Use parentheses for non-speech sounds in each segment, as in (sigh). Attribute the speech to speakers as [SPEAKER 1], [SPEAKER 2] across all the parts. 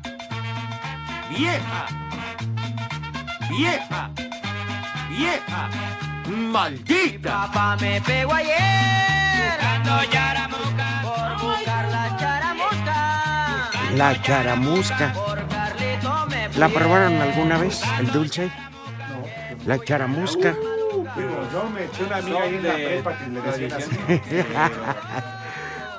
[SPEAKER 1] Vieja. Vieja. Vieja. Maldita.
[SPEAKER 2] Papá me pegó ayer. Buscando yaramuca. Por buscar la charamusca.
[SPEAKER 3] La charamusca.
[SPEAKER 2] Por Carlito me fui.
[SPEAKER 3] ¿La probaron alguna vez, el dulce? La charamusca.
[SPEAKER 4] Pero yo me eché una amiga ahí en la prepa que le decían así.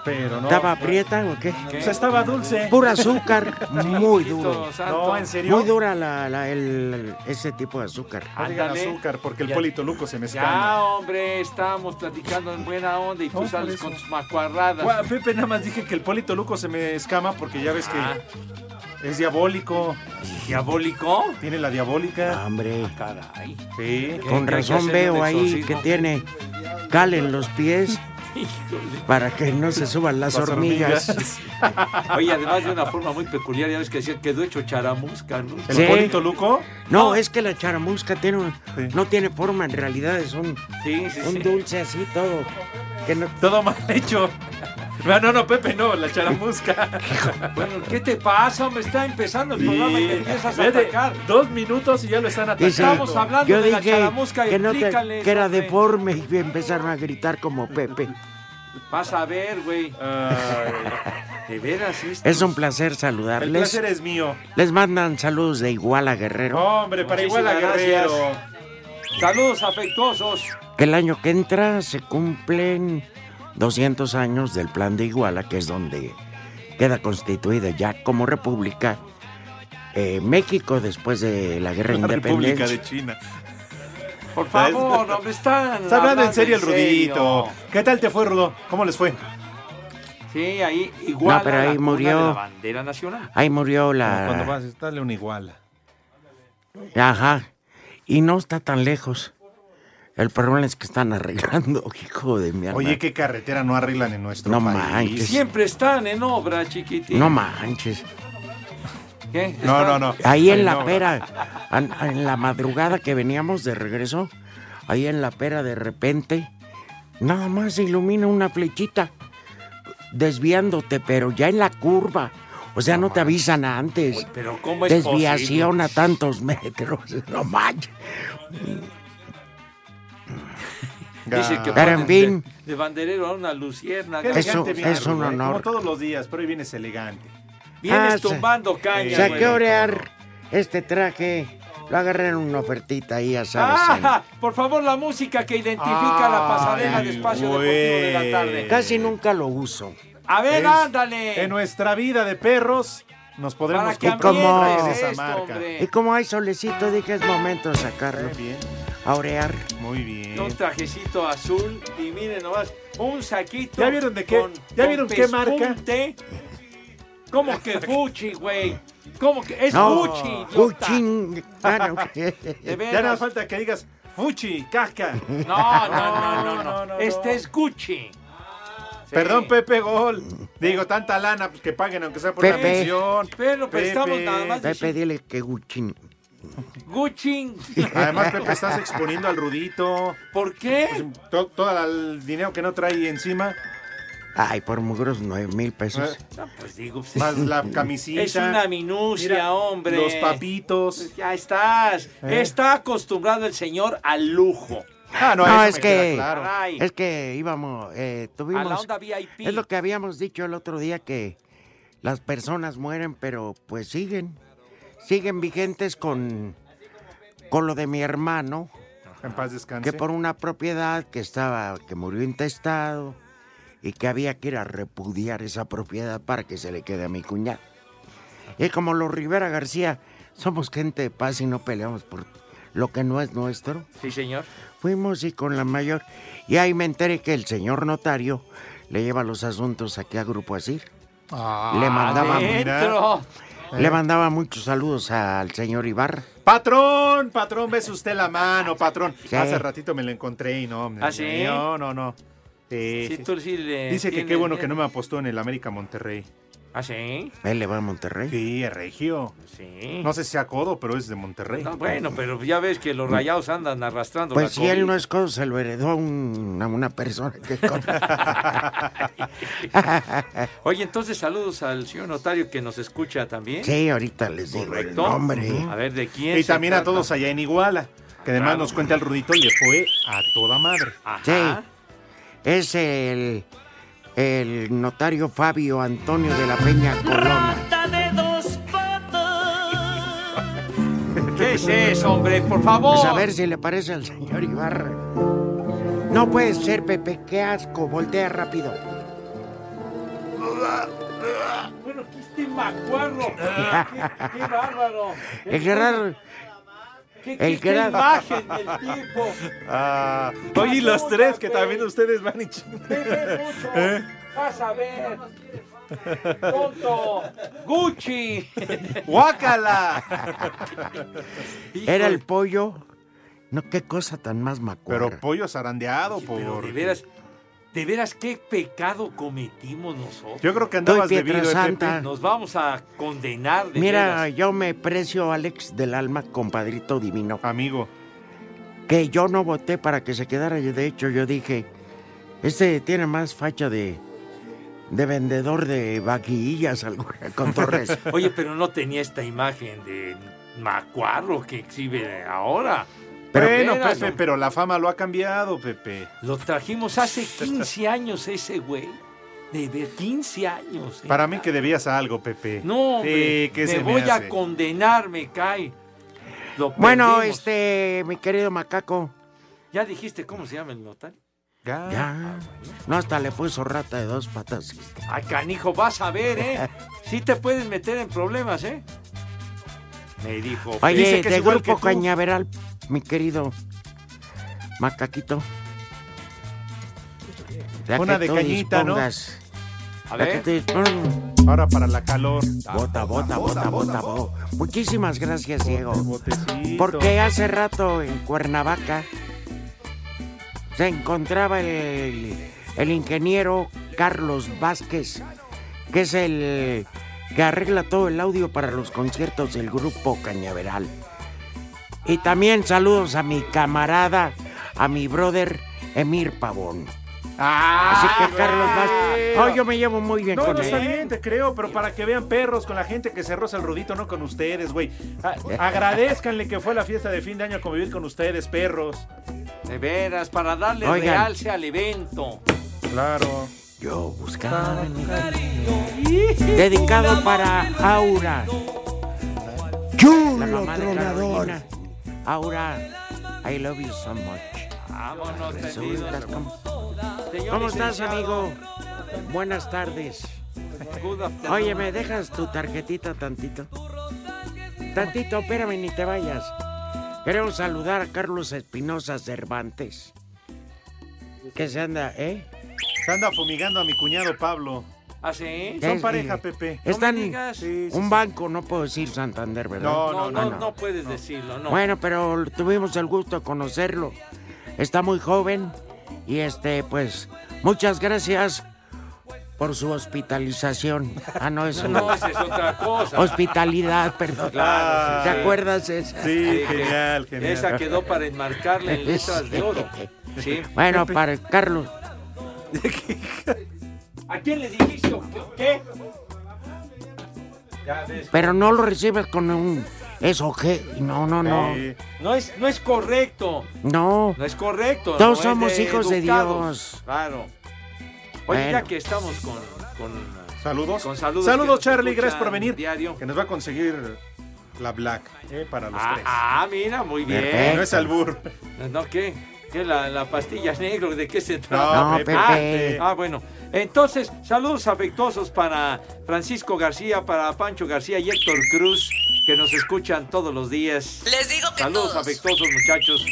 [SPEAKER 4] Pero no.
[SPEAKER 3] ¿Estaba aprieta o qué?
[SPEAKER 4] Pues estaba dulce.
[SPEAKER 3] Pura azúcar, muy duro.
[SPEAKER 4] No, en serio.
[SPEAKER 3] Muy dura la, la- el- ese tipo de azúcar.
[SPEAKER 4] No digan
[SPEAKER 5] Ándale.
[SPEAKER 4] azúcar porque el
[SPEAKER 5] Ya.
[SPEAKER 4] Polito Luco se me escama.
[SPEAKER 5] Ya, hombre, estábamos platicando en buena onda y tú
[SPEAKER 4] No, por
[SPEAKER 5] sales
[SPEAKER 4] eso.
[SPEAKER 5] con tus macuarradas.
[SPEAKER 4] Gua- Pepe, nada más dije que el Polito Luco se me escama porque ya ves que
[SPEAKER 5] Ah.
[SPEAKER 4] es diabólico,
[SPEAKER 5] ¿Diabólico?
[SPEAKER 4] tiene la diabólica.
[SPEAKER 3] Hombre,
[SPEAKER 5] Caray.
[SPEAKER 4] Sí.
[SPEAKER 3] con
[SPEAKER 5] Ah. hay que
[SPEAKER 3] razón
[SPEAKER 5] hacerle un
[SPEAKER 3] veo ahí
[SPEAKER 5] exorcismo.
[SPEAKER 3] que tiene cal en los
[SPEAKER 5] (laughs)
[SPEAKER 3] pies para que no se suban las
[SPEAKER 4] Las
[SPEAKER 3] hormigas.
[SPEAKER 5] Oye, además de una forma muy peculiar, ya ves que decían quedó hecho charamusca, ¿no?
[SPEAKER 4] El
[SPEAKER 3] Sí.
[SPEAKER 4] Polito Luco.
[SPEAKER 5] Ah.
[SPEAKER 3] No, es que la charamusca tiene un-
[SPEAKER 4] Sí.
[SPEAKER 3] no tiene forma, en realidad es un,
[SPEAKER 5] Sí, sí,
[SPEAKER 3] un
[SPEAKER 5] sí.
[SPEAKER 3] dulce así todo. Que no,
[SPEAKER 4] Todo mal hecho.
[SPEAKER 5] Ah,
[SPEAKER 4] No, no, no, Pepe, no, la charamusca.
[SPEAKER 5] Bueno, ¿qué te pasa? Me está empezando el programa y te empiezas a
[SPEAKER 4] Vete,
[SPEAKER 5] atacar.
[SPEAKER 4] Dos minutos y ya lo están atacando.
[SPEAKER 3] Dice,
[SPEAKER 5] Estamos hablando
[SPEAKER 3] yo
[SPEAKER 5] de la
[SPEAKER 3] dije
[SPEAKER 5] charamusca,
[SPEAKER 3] que, no te-
[SPEAKER 5] explícale,
[SPEAKER 3] que era
[SPEAKER 5] hombre.
[SPEAKER 3] deforme y empezaron a gritar como Pepe.
[SPEAKER 5] Vas a ver, güey. De veras, esto.
[SPEAKER 3] Es un placer
[SPEAKER 4] el
[SPEAKER 3] saludarles.
[SPEAKER 4] placer es mío.
[SPEAKER 3] Les mandan saludos de Iguala Guerrero.
[SPEAKER 4] Hombre, para igual a
[SPEAKER 5] Muchísimas
[SPEAKER 4] Guerrero.
[SPEAKER 5] Saludos afectuosos.
[SPEAKER 3] Que el año que entra se cumplen 200 años del plan de Iguala, que es donde queda constituida ya como república eh, México después de la guerra de
[SPEAKER 4] La República
[SPEAKER 3] independencia.
[SPEAKER 4] de China.
[SPEAKER 5] Por favor, no me están.
[SPEAKER 4] Está hablando en serio el
[SPEAKER 5] serio.
[SPEAKER 4] Rudito. ¿Qué tal te fue, Rudo? ¿Cómo les fue?
[SPEAKER 5] Sí, ahí igual.
[SPEAKER 3] No, pero
[SPEAKER 5] a la
[SPEAKER 3] ahí
[SPEAKER 5] cuna
[SPEAKER 3] murió.
[SPEAKER 5] de la bandera nacional.
[SPEAKER 3] Ahí murió la...
[SPEAKER 4] vas, dale una iguala.
[SPEAKER 3] Ajá. Y no está tan lejos. El problema es que están arreglando, (laughs) hijo de mi alma.
[SPEAKER 4] Oye, qué carretera no arreglan en nuestro
[SPEAKER 3] No
[SPEAKER 4] país.
[SPEAKER 5] Y
[SPEAKER 3] manches.
[SPEAKER 5] siempre están en obra, chiquitín.
[SPEAKER 3] No manches.
[SPEAKER 5] ¿Qué?
[SPEAKER 4] No, no,
[SPEAKER 5] Están-
[SPEAKER 4] no.
[SPEAKER 3] Ahí en la
[SPEAKER 4] no.
[SPEAKER 3] pera, an- en la madrugada que veníamos de regreso, ahí en la pera de repente, nada más se ilumina una flechita desviándote, pero ya en la curva. O sea, no te avisan antes.
[SPEAKER 5] Pero ¿cómo es
[SPEAKER 3] Desviación a tantos metros. (laughs) No manches.
[SPEAKER 5] posible? Dice que
[SPEAKER 3] Pero
[SPEAKER 5] ponen
[SPEAKER 3] Ah, en fin.
[SPEAKER 5] De, de banderero a una lucierna.
[SPEAKER 4] Qué
[SPEAKER 3] Eso-
[SPEAKER 4] elegante vienes,
[SPEAKER 3] es un
[SPEAKER 4] Rudo, ¿eh?
[SPEAKER 3] honor.
[SPEAKER 4] Como todos los días, pero hoy vienes elegante.
[SPEAKER 5] Vienes
[SPEAKER 3] Ah, sí.
[SPEAKER 5] tumbando caña.
[SPEAKER 4] sea,
[SPEAKER 5] güey.
[SPEAKER 4] qué hora-
[SPEAKER 3] Saqueorear este traje. Lo agarré en una ofertita ahí, ya sabes. en-
[SPEAKER 5] Ah, por favor, la música que identifica la pasarela de
[SPEAKER 4] Ay,
[SPEAKER 5] espacio
[SPEAKER 4] güey.
[SPEAKER 5] deportivo de la tarde.
[SPEAKER 3] Casi nunca lo uso.
[SPEAKER 5] A ver,
[SPEAKER 4] Es-
[SPEAKER 5] ándale.
[SPEAKER 4] En nuestra vida de perros nos podremos
[SPEAKER 5] Para que
[SPEAKER 3] comprar
[SPEAKER 5] ambientes
[SPEAKER 3] como-
[SPEAKER 5] esto,
[SPEAKER 4] esa marca.
[SPEAKER 3] Y
[SPEAKER 5] hombre.
[SPEAKER 3] como hay solecito, dije es momento de sacarlo.
[SPEAKER 4] Muy bien,
[SPEAKER 3] A orear.
[SPEAKER 4] muy
[SPEAKER 5] Un
[SPEAKER 4] bien.
[SPEAKER 5] trajecito azul y miren nomás, un saquito.
[SPEAKER 4] ¿Ya vieron de qué-
[SPEAKER 5] con-
[SPEAKER 4] ya
[SPEAKER 5] con
[SPEAKER 4] vieron qué marca?
[SPEAKER 5] pespunte. ¿Cómo
[SPEAKER 4] (laughs)
[SPEAKER 5] que Gucci, güey? ¿Cómo que es
[SPEAKER 3] No,
[SPEAKER 5] Gucci? idiota.
[SPEAKER 3] Uchin.
[SPEAKER 5] (laughs)
[SPEAKER 3] Ah, no.
[SPEAKER 5] De veras.
[SPEAKER 4] Ya nada falta que digas fuchi, caca.
[SPEAKER 5] No, no, no, no,
[SPEAKER 4] No, no,
[SPEAKER 5] no.
[SPEAKER 4] no.
[SPEAKER 5] Este es Gucci.
[SPEAKER 4] Perdón,
[SPEAKER 5] Sí.
[SPEAKER 4] Pepe Gol. Digo, tanta lana, pues que paguen aunque sea por
[SPEAKER 3] Pepe.
[SPEAKER 4] una mención.
[SPEAKER 5] Pero, pero estamos nada más-
[SPEAKER 3] Pepe, dile que Guchín.
[SPEAKER 5] Gucci.
[SPEAKER 4] Además, Pepe, estás exponiendo al rudito.
[SPEAKER 5] ¿Por qué?
[SPEAKER 4] Pues, to- todo el dinero que no trae encima. ¿eh?
[SPEAKER 3] Ay, por mugrosos nueve mil pesos.
[SPEAKER 5] No, pues digo, pues, (laughs)
[SPEAKER 4] Más la camisita.
[SPEAKER 5] es una minucia,
[SPEAKER 4] Mira,
[SPEAKER 5] hombre.
[SPEAKER 4] Los papitos.
[SPEAKER 5] Ya estás.
[SPEAKER 4] Eh.
[SPEAKER 5] Está acostumbrado el señor al lujo.
[SPEAKER 4] Ah, no,
[SPEAKER 3] No,
[SPEAKER 4] eso
[SPEAKER 3] es
[SPEAKER 4] me
[SPEAKER 3] que-
[SPEAKER 4] queda claro.
[SPEAKER 5] Caray.
[SPEAKER 3] Es que íbamos, eh,
[SPEAKER 5] a la
[SPEAKER 3] tuvimos...
[SPEAKER 5] onda VIP.
[SPEAKER 3] Es lo que habíamos dicho el otro día, que las personas mueren, pero pues siguen. Siguen vigentes con, con lo de mi hermano,
[SPEAKER 4] En paz descanse.
[SPEAKER 3] que por una propiedad que estaba, que murió intestado y que había que ir a repudiar esa propiedad para que se le quede a mi cuñado. Y como los Rivera García somos gente de paz y no peleamos por lo que no es nuestro,
[SPEAKER 5] Sí, señor.
[SPEAKER 3] Fuimos y con la mayor. Y ahí me enteré que el señor notario le lleva los asuntos aquí a Grupo Asir.
[SPEAKER 4] Ah,
[SPEAKER 3] Le mandaba-
[SPEAKER 4] mira.
[SPEAKER 5] Adentro.
[SPEAKER 3] Le mandaba muchos saludos al señor Ibarra.
[SPEAKER 4] Patrón, patrón, ves usted la mano, patrón.
[SPEAKER 3] Sí.
[SPEAKER 4] Hace ratito me lo encontré y no. hombre,
[SPEAKER 5] ¿Ah, sí?
[SPEAKER 4] No, no, no. Sí,
[SPEAKER 5] Sí,
[SPEAKER 4] sí.
[SPEAKER 5] tú sí le
[SPEAKER 4] Dice que qué
[SPEAKER 5] entiendes
[SPEAKER 4] bueno
[SPEAKER 5] bien.
[SPEAKER 4] que no me apostó en el América Monterrey.
[SPEAKER 5] ¿Ah, sí?
[SPEAKER 3] Él le va a Monterrey.
[SPEAKER 4] Sí, es regio.
[SPEAKER 5] Sí.
[SPEAKER 4] No sé si sea codo, pero es de Monterrey.
[SPEAKER 5] No, bueno, pero ya ves que los rayados andan arrastrando.
[SPEAKER 3] Pues
[SPEAKER 5] la
[SPEAKER 3] si él
[SPEAKER 5] COVID.
[SPEAKER 3] no es cosa, se lo heredó a, un- a una persona que con-
[SPEAKER 5] Oye, entonces saludos al señor notario que nos escucha también.
[SPEAKER 3] Sí, ahorita les digo el
[SPEAKER 5] Correcto.
[SPEAKER 3] nombre.
[SPEAKER 5] A ver, ¿de quién?
[SPEAKER 4] Y
[SPEAKER 5] se
[SPEAKER 4] también a
[SPEAKER 5] trata?
[SPEAKER 4] todos allá en Iguala, que además
[SPEAKER 5] Claro.
[SPEAKER 4] nos cuenta el Rudito le fue a toda madre.
[SPEAKER 5] Ajá.
[SPEAKER 3] Es el, el notario Fabio Antonio de la Peña Colón.
[SPEAKER 5] ¿Qué es eso, hombre? Por favor.
[SPEAKER 3] Pues a ver si le parece al señor Ibarra. No puede ser, Pepe, qué asco. Voltea rápido.
[SPEAKER 5] Bueno, que este macuarro.
[SPEAKER 4] (laughs)
[SPEAKER 5] Ah, qué, qué bárbaro.
[SPEAKER 3] El Gerardo.
[SPEAKER 5] Qué,
[SPEAKER 3] el
[SPEAKER 5] qué- qué
[SPEAKER 3] gran-
[SPEAKER 5] imagen del tipo.
[SPEAKER 4] Ah,
[SPEAKER 5] oye, y los tres que también
[SPEAKER 4] ustedes van y chingan.
[SPEAKER 5] Ve, ve
[SPEAKER 4] (laughs)
[SPEAKER 5] mucho.
[SPEAKER 4] ¿Eh?
[SPEAKER 5] Vas a ver. Tonto. Gucci.
[SPEAKER 4] ¡Guácala!
[SPEAKER 3] Era el pollo. No, qué cosa tan más macuarra.
[SPEAKER 4] Pero pollo zarandeado
[SPEAKER 5] Oye,
[SPEAKER 4] por...
[SPEAKER 5] Pero de veras, de veras, qué pecado cometimos nosotros.
[SPEAKER 4] Yo creo que andabas
[SPEAKER 3] Doy
[SPEAKER 4] bebido, eh,
[SPEAKER 3] Pietrasanta.
[SPEAKER 4] Pepe.
[SPEAKER 5] Nos vamos a condenar de
[SPEAKER 3] Mira,
[SPEAKER 5] veras.
[SPEAKER 3] yo me precio, Alex, del alma, compadrito divino.
[SPEAKER 4] Amigo.
[SPEAKER 3] Que yo no voté para que se quedara. Yo, De hecho, yo dije, este tiene más facha de, de vendedor de vaquillas, (laughs) algo,
[SPEAKER 4] (laughs)
[SPEAKER 3] con torres.
[SPEAKER 5] Oye, pero no tenía esta imagen de macuarro que exhibe ahora.
[SPEAKER 3] Pero-
[SPEAKER 4] bueno, pues,
[SPEAKER 5] Veras,
[SPEAKER 4] Pepe,
[SPEAKER 5] ¿no?
[SPEAKER 4] pero la fama lo ha cambiado, Pepe.
[SPEAKER 5] Lo trajimos hace 15 años ese güey. De ver 15 años. ¿eh?
[SPEAKER 4] Para mí que debías a algo, Pepe.
[SPEAKER 5] No, hombre,
[SPEAKER 4] Sí, ¿qué
[SPEAKER 5] me
[SPEAKER 4] se me
[SPEAKER 5] voy a
[SPEAKER 4] hace?
[SPEAKER 5] condenar, me cae. Lo
[SPEAKER 3] bueno,
[SPEAKER 5] perdimos.
[SPEAKER 3] este, mi querido macaco,
[SPEAKER 5] ¿Ya dijiste cómo se llama el notario?
[SPEAKER 3] ya. No, hasta le puso rata de dos patas.
[SPEAKER 5] Ay, canijo, vas a ver,
[SPEAKER 3] (laughs)
[SPEAKER 5] ¿eh? Sí te puedes meter en problemas, ¿eh? Me dijo.
[SPEAKER 3] Oye,
[SPEAKER 4] Dice que es
[SPEAKER 3] de
[SPEAKER 4] igual que
[SPEAKER 3] Grupo
[SPEAKER 4] tú.
[SPEAKER 3] Cañaveral, mi querido macaquito. La
[SPEAKER 4] Una
[SPEAKER 3] que
[SPEAKER 4] de
[SPEAKER 3] tú
[SPEAKER 4] cañita, ¿no? ¿Eh?
[SPEAKER 3] dispongas,
[SPEAKER 5] A
[SPEAKER 3] la que
[SPEAKER 5] ver.
[SPEAKER 3] tú dispongas.
[SPEAKER 4] Ahora para la calor.
[SPEAKER 3] Bota, bota, bota, bota, bota. Muchísimas gracias, Diego.
[SPEAKER 4] Botecito.
[SPEAKER 3] Porque hace rato en Cuernavaca se encontraba el, el ingeniero Carlos Vázquez, que es el que arregla todo el audio para los conciertos del grupo Cañaveral. Y también saludos a mi camarada, a mi brother Emir Pavón. Así
[SPEAKER 4] Ah,
[SPEAKER 3] que Carlos Vázquez.
[SPEAKER 4] bueno.
[SPEAKER 3] Oh, yo me llevo muy bien
[SPEAKER 4] No,
[SPEAKER 3] con
[SPEAKER 4] no está
[SPEAKER 3] él.
[SPEAKER 4] bien, te creo, pero para que vean perros con la gente que se roza el rudito, no con ustedes, güey.
[SPEAKER 5] (laughs)
[SPEAKER 4] A- Agradezcanle que fue la fiesta de fin de año a convivir con ustedes, perros.
[SPEAKER 5] De veras, para darle
[SPEAKER 3] Oigan.
[SPEAKER 5] realce al evento.
[SPEAKER 4] Claro.
[SPEAKER 3] Yo buscaba en mi- Dedicado para Aura. La
[SPEAKER 6] Chulo
[SPEAKER 3] mamá de
[SPEAKER 6] tronador.
[SPEAKER 3] Carolina. Aura, I love you so much.
[SPEAKER 5] Vámonos, tendidos.
[SPEAKER 3] Resulta como-
[SPEAKER 5] Señor
[SPEAKER 3] ¿Cómo estás,
[SPEAKER 5] licenciado,
[SPEAKER 3] amigo? Buenas tardes.
[SPEAKER 5] good afternoon.
[SPEAKER 3] Oye, ¿me dejas tu tarjetita tantito? Tantito, espérame, ni te vayas. Queremos saludar a Carlos Espinosa Cervantes. Que se anda, ¿eh?
[SPEAKER 4] Se anda fumigando a mi cuñado Pablo.
[SPEAKER 5] ¿Ah, sí?
[SPEAKER 3] ¿Qué?
[SPEAKER 4] Son
[SPEAKER 3] Es-
[SPEAKER 4] pareja, Pepe.
[SPEAKER 5] No me
[SPEAKER 3] Están
[SPEAKER 5] digas.
[SPEAKER 4] Sí, sí,
[SPEAKER 3] un
[SPEAKER 4] sí.
[SPEAKER 3] banco, no puedo decir Santander, ¿verdad?
[SPEAKER 4] No,
[SPEAKER 5] No, no,
[SPEAKER 4] no,
[SPEAKER 5] no,
[SPEAKER 4] no.
[SPEAKER 5] puedes decirlo, no.
[SPEAKER 3] Bueno, pero tuvimos el gusto de conocerlo. Está muy joven y este, pues, muchas gracias por su hospitalización. Ah, no, eso
[SPEAKER 4] (laughs)
[SPEAKER 3] no.
[SPEAKER 5] No, esa es otra
[SPEAKER 3] (laughs)
[SPEAKER 5] cosa.
[SPEAKER 3] Hospitalidad, perdón.
[SPEAKER 5] Claro, sí,
[SPEAKER 3] ¿Te
[SPEAKER 5] sí.
[SPEAKER 3] acuerdas esa?
[SPEAKER 4] Sí,
[SPEAKER 5] Eh, que-
[SPEAKER 4] genial, genial.
[SPEAKER 5] Esa quedó para enmarcarle en letras de oro. Sí.
[SPEAKER 3] Bueno, para Carlos.
[SPEAKER 5] ¿A quién le dijiste? o ¿Qué? Ya ves.
[SPEAKER 3] Pero no lo recibes con un eso que. No, no, no.
[SPEAKER 4] Eh,
[SPEAKER 5] No es, no es correcto.
[SPEAKER 3] No.
[SPEAKER 5] No es correcto.
[SPEAKER 3] Todos
[SPEAKER 5] no
[SPEAKER 3] somos
[SPEAKER 5] es
[SPEAKER 3] hijos de
[SPEAKER 5] educados.
[SPEAKER 3] Dios.
[SPEAKER 5] Claro. Oye, ya
[SPEAKER 3] Bueno.
[SPEAKER 5] que estamos con, con,
[SPEAKER 4] saludos.
[SPEAKER 5] con saludos.
[SPEAKER 4] Saludos,
[SPEAKER 5] que nos
[SPEAKER 4] Charlie. Gracias por
[SPEAKER 5] escuchan
[SPEAKER 4] venir.
[SPEAKER 5] Diario.
[SPEAKER 4] Que nos va a conseguir la Black eh, para los
[SPEAKER 5] Ah,
[SPEAKER 4] tres.
[SPEAKER 5] ah, mira, muy bien.
[SPEAKER 3] Perfecto.
[SPEAKER 4] No
[SPEAKER 5] (laughs)
[SPEAKER 4] es albur.
[SPEAKER 5] No, ¿qué? ¿Qué? La, ¿La pastilla negra? ¿De qué se trata?
[SPEAKER 3] No,
[SPEAKER 4] No,
[SPEAKER 3] Pepe.
[SPEAKER 4] Pepe.
[SPEAKER 5] Ah, bueno. Entonces, saludos afectuosos para Francisco García, para Pancho García y Héctor Cruz, que nos escuchan todos los días.
[SPEAKER 7] Les digo que
[SPEAKER 5] Saludos
[SPEAKER 7] todos.
[SPEAKER 5] afectuosos, muchachos.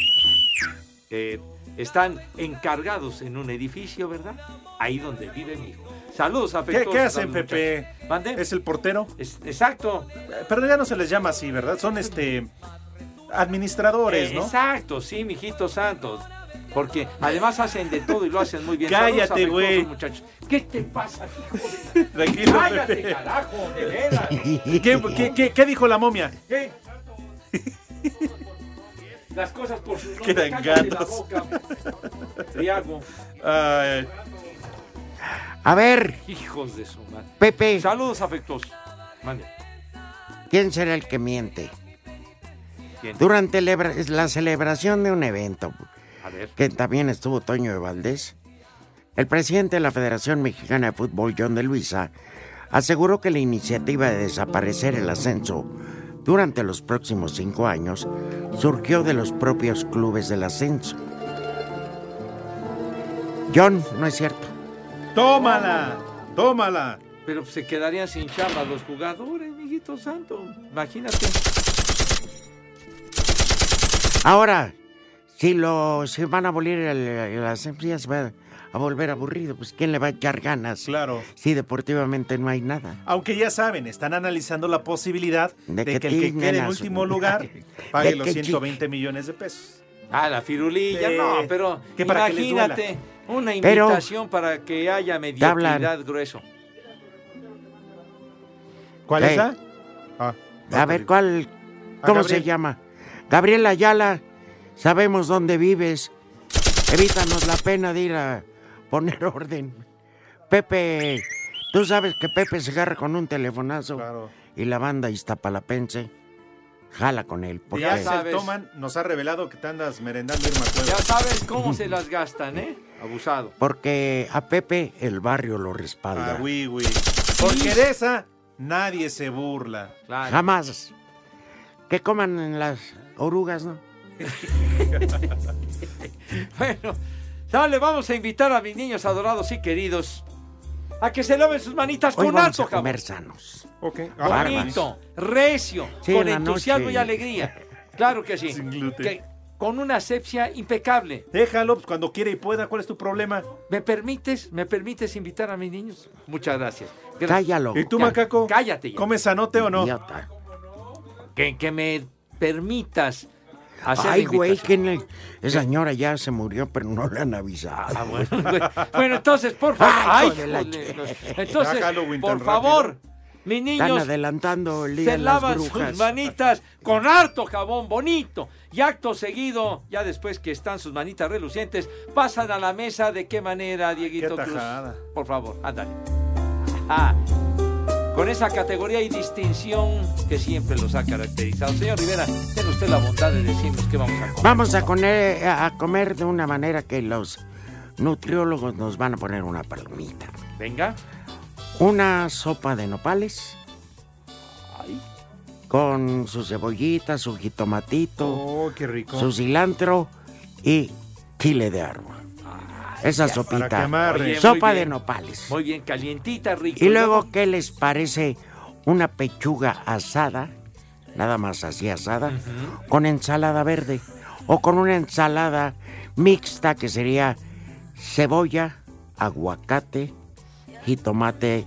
[SPEAKER 5] Eh, están encargados en un edificio, ¿verdad? Ahí donde vive mi hijo. Saludos
[SPEAKER 4] ¿Qué,
[SPEAKER 5] afectuosos.
[SPEAKER 4] qué
[SPEAKER 5] a
[SPEAKER 4] hacen,
[SPEAKER 5] los
[SPEAKER 4] Pepe?
[SPEAKER 5] muchachos. ¿Mande?
[SPEAKER 4] ¿Es el portero?
[SPEAKER 5] Es- exacto.
[SPEAKER 4] Eh, Pero ya no se les llama así, ¿verdad? Son este administradores,
[SPEAKER 5] Eh,
[SPEAKER 4] ¿no?
[SPEAKER 5] Exacto, sí, mijito santos. Porque además hacen de todo y lo hacen muy bien.
[SPEAKER 4] Cállate,
[SPEAKER 5] Saludos afectuosos,
[SPEAKER 4] güey.
[SPEAKER 5] muchachos. ¿Qué te pasa, hijo de-
[SPEAKER 4] Tranquilo,
[SPEAKER 5] Cállate,
[SPEAKER 4] Pepe.
[SPEAKER 5] carajo, de veras.
[SPEAKER 4] ¿Qué, qué- qué- qué dijo la momia?
[SPEAKER 5] ¿Qué? Las cosas por su nombre.
[SPEAKER 4] Quedan
[SPEAKER 5] cállate
[SPEAKER 4] gatos.
[SPEAKER 5] La boca. Triago,
[SPEAKER 4] Ay,
[SPEAKER 3] A ver,
[SPEAKER 5] hijos de su madre.
[SPEAKER 3] Pepe,
[SPEAKER 5] Saludos afectuosos. Mande.
[SPEAKER 3] ¿quién será el que miente?
[SPEAKER 5] ¿Quién?
[SPEAKER 3] Durante lebra- es la celebración de un evento,
[SPEAKER 5] A ver.
[SPEAKER 3] que también estuvo Toño de Valdés, el presidente de la Federación Mexicana de Fútbol, John de Luisa, aseguró que la iniciativa de desaparecer el ascenso durante los próximos cinco años surgió de los propios clubes del ascenso. John, no es cierto.
[SPEAKER 4] tómala, tómala.
[SPEAKER 5] Pero se quedarían sin chamba los jugadores, mijito santo. Imagínate.
[SPEAKER 3] Ahora, si lo si van a abolir el, el ascenso, ya se va a volver aburrido. Pues ¿quién le va a echar ganas?
[SPEAKER 4] Claro.
[SPEAKER 3] Si deportivamente no hay nada.
[SPEAKER 4] Aunque ya saben, están analizando la posibilidad de,
[SPEAKER 3] De que
[SPEAKER 4] que, el que
[SPEAKER 3] tienen
[SPEAKER 4] quede en
[SPEAKER 3] a su- (laughs)
[SPEAKER 4] último lugar pague
[SPEAKER 3] De
[SPEAKER 4] los
[SPEAKER 3] que chi-
[SPEAKER 4] 120 millones de pesos.
[SPEAKER 5] Ah, la firulilla,
[SPEAKER 4] Sí.
[SPEAKER 5] no, pero
[SPEAKER 4] Que para que les
[SPEAKER 5] imagínate una
[SPEAKER 3] Pero-
[SPEAKER 5] invitación para que haya mediocridad
[SPEAKER 3] hablan.
[SPEAKER 5] grueso.
[SPEAKER 4] ¿Cuál
[SPEAKER 3] Ey.
[SPEAKER 4] es la? Ah,
[SPEAKER 3] A ver, ¿cuál?
[SPEAKER 4] A
[SPEAKER 3] ¿Cómo
[SPEAKER 4] Gabriel.
[SPEAKER 3] se llama? Gabriel Ayala, sabemos dónde vives. Evítanos la pena de ir a poner (laughs) orden. Pepe, tú sabes que Pepe se agarra con un telefonazo
[SPEAKER 4] Claro.
[SPEAKER 3] y la banda Iztapalapense jala con él. Porque
[SPEAKER 4] Ya
[SPEAKER 5] sabes.
[SPEAKER 4] Toman nos ha revelado que te andas merendando Irma
[SPEAKER 5] Ya
[SPEAKER 4] Cuevas.
[SPEAKER 5] sabes cómo se las gastan, ¿eh? Abusado.
[SPEAKER 3] Porque a Pepe el barrio lo respalda.
[SPEAKER 4] Ah, oui, oui. Porque de esa nadie se burla.
[SPEAKER 5] Claro.
[SPEAKER 3] Jamás. Que coman en las orugas, ¿no? Ah.
[SPEAKER 5] Bueno, sale, vamos a invitar a mis niños adorados y queridos a que se laven sus manitas
[SPEAKER 3] Hoy
[SPEAKER 5] con
[SPEAKER 3] vamos
[SPEAKER 5] harto,
[SPEAKER 3] a
[SPEAKER 5] cabrón.
[SPEAKER 3] comer sanos.
[SPEAKER 4] Ok.
[SPEAKER 5] Bonito, recio,
[SPEAKER 3] Sí,
[SPEAKER 5] con
[SPEAKER 3] en la noche.
[SPEAKER 5] entusiasmo y alegría. Claro que sí.
[SPEAKER 4] (laughs) Sin gluten.
[SPEAKER 5] Que- con una asepsia impecable.
[SPEAKER 4] Déjalo pues, cuando quiera y pueda. ¿Cuál es tu problema?
[SPEAKER 5] ¿Me permites, me permites invitar a mis niños? Muchas gracias. Gracias.
[SPEAKER 3] Cállalo.
[SPEAKER 4] ¿Y tú,
[SPEAKER 5] Ya,
[SPEAKER 4] macaco?
[SPEAKER 5] cállate ya.
[SPEAKER 4] ¿Comes sanote o no?
[SPEAKER 3] idiota.
[SPEAKER 5] Que, que me permitas hacer
[SPEAKER 3] Ay,
[SPEAKER 5] la
[SPEAKER 3] güey,
[SPEAKER 5] invitación.
[SPEAKER 3] que en el- esa señora ya se murió, pero no le han avisado.
[SPEAKER 5] Ah, bueno, (laughs) güey. Bueno, entonces, por favor.
[SPEAKER 3] Ay,
[SPEAKER 5] Ay,
[SPEAKER 3] hijo de la
[SPEAKER 5] híjole.
[SPEAKER 3] (laughs) ch-
[SPEAKER 5] Entonces,
[SPEAKER 4] Ya Halloween
[SPEAKER 5] por
[SPEAKER 4] tan
[SPEAKER 5] favor, mis
[SPEAKER 3] Están
[SPEAKER 5] niños
[SPEAKER 3] adelantando el día
[SPEAKER 5] se
[SPEAKER 3] de las
[SPEAKER 5] lavan sus
[SPEAKER 3] brujas.
[SPEAKER 5] manitas con harto jabón bonito. Y acto seguido, ya después que están sus manitas relucientes, pasan a la mesa. ¿De qué
[SPEAKER 3] Ah,
[SPEAKER 5] manera, Dieguito
[SPEAKER 4] Qué
[SPEAKER 5] Cruz?
[SPEAKER 4] tajada.
[SPEAKER 5] Por favor, ándale. Ah, con esa categoría y distinción que siempre los ha caracterizado. Señor Rivera, ten usted la bondad de decirnos qué vamos a comer.
[SPEAKER 3] Vamos a
[SPEAKER 5] por favor.
[SPEAKER 3] comer, eh, a comer de una manera que los nutriólogos nos van a poner una palomita.
[SPEAKER 5] Venga.
[SPEAKER 3] Una sopa de nopales
[SPEAKER 5] Ay.
[SPEAKER 3] con su cebollita, su jitomatito,
[SPEAKER 4] Oh, qué rico.
[SPEAKER 3] su cilantro y chile de árbol. Esa
[SPEAKER 4] Para que
[SPEAKER 3] sopita.
[SPEAKER 4] amarre.
[SPEAKER 5] Oye,
[SPEAKER 3] Sopa
[SPEAKER 5] Muy
[SPEAKER 3] de
[SPEAKER 5] bien.
[SPEAKER 3] nopales.
[SPEAKER 5] Muy bien, calientita, rico.
[SPEAKER 3] Y luego, ¿qué les parece una pechuga asada? Nada más así asada, con ensalada verde. O con una ensalada mixta que sería cebolla, aguacate, jitomate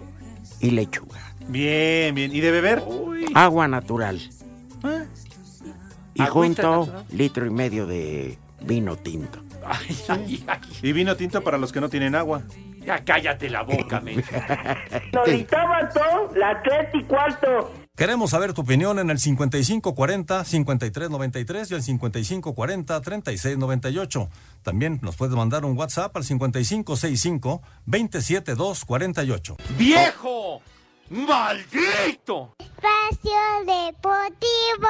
[SPEAKER 3] y lechuga.
[SPEAKER 4] Bien, bien. ¿Y de beber?
[SPEAKER 3] Agua natural. Y
[SPEAKER 5] Agüita
[SPEAKER 3] junto
[SPEAKER 5] natural.
[SPEAKER 3] litro y medio de vino tinto.
[SPEAKER 5] Ay, ay, ay,
[SPEAKER 4] Y vino tinto para los que no tienen agua.
[SPEAKER 5] ya cállate la boca, men.
[SPEAKER 8] Nos dictaba todo, las tres y cuarto.
[SPEAKER 9] Queremos saber tu opinión en el 5540-5393 y el 5540-3698. También nos puedes mandar un WhatsApp al 5565-27248.
[SPEAKER 10] ¡Viejo! ¡Maldito!
[SPEAKER 11] Espacio Deportivo.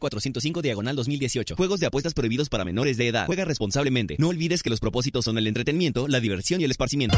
[SPEAKER 1] 405 diagonal 2018. Juegos de apuestas prohibidos para menores de edad. Juega responsablemente. No olvides que los propósitos son el entretenimiento, la diversión y el esparcimiento.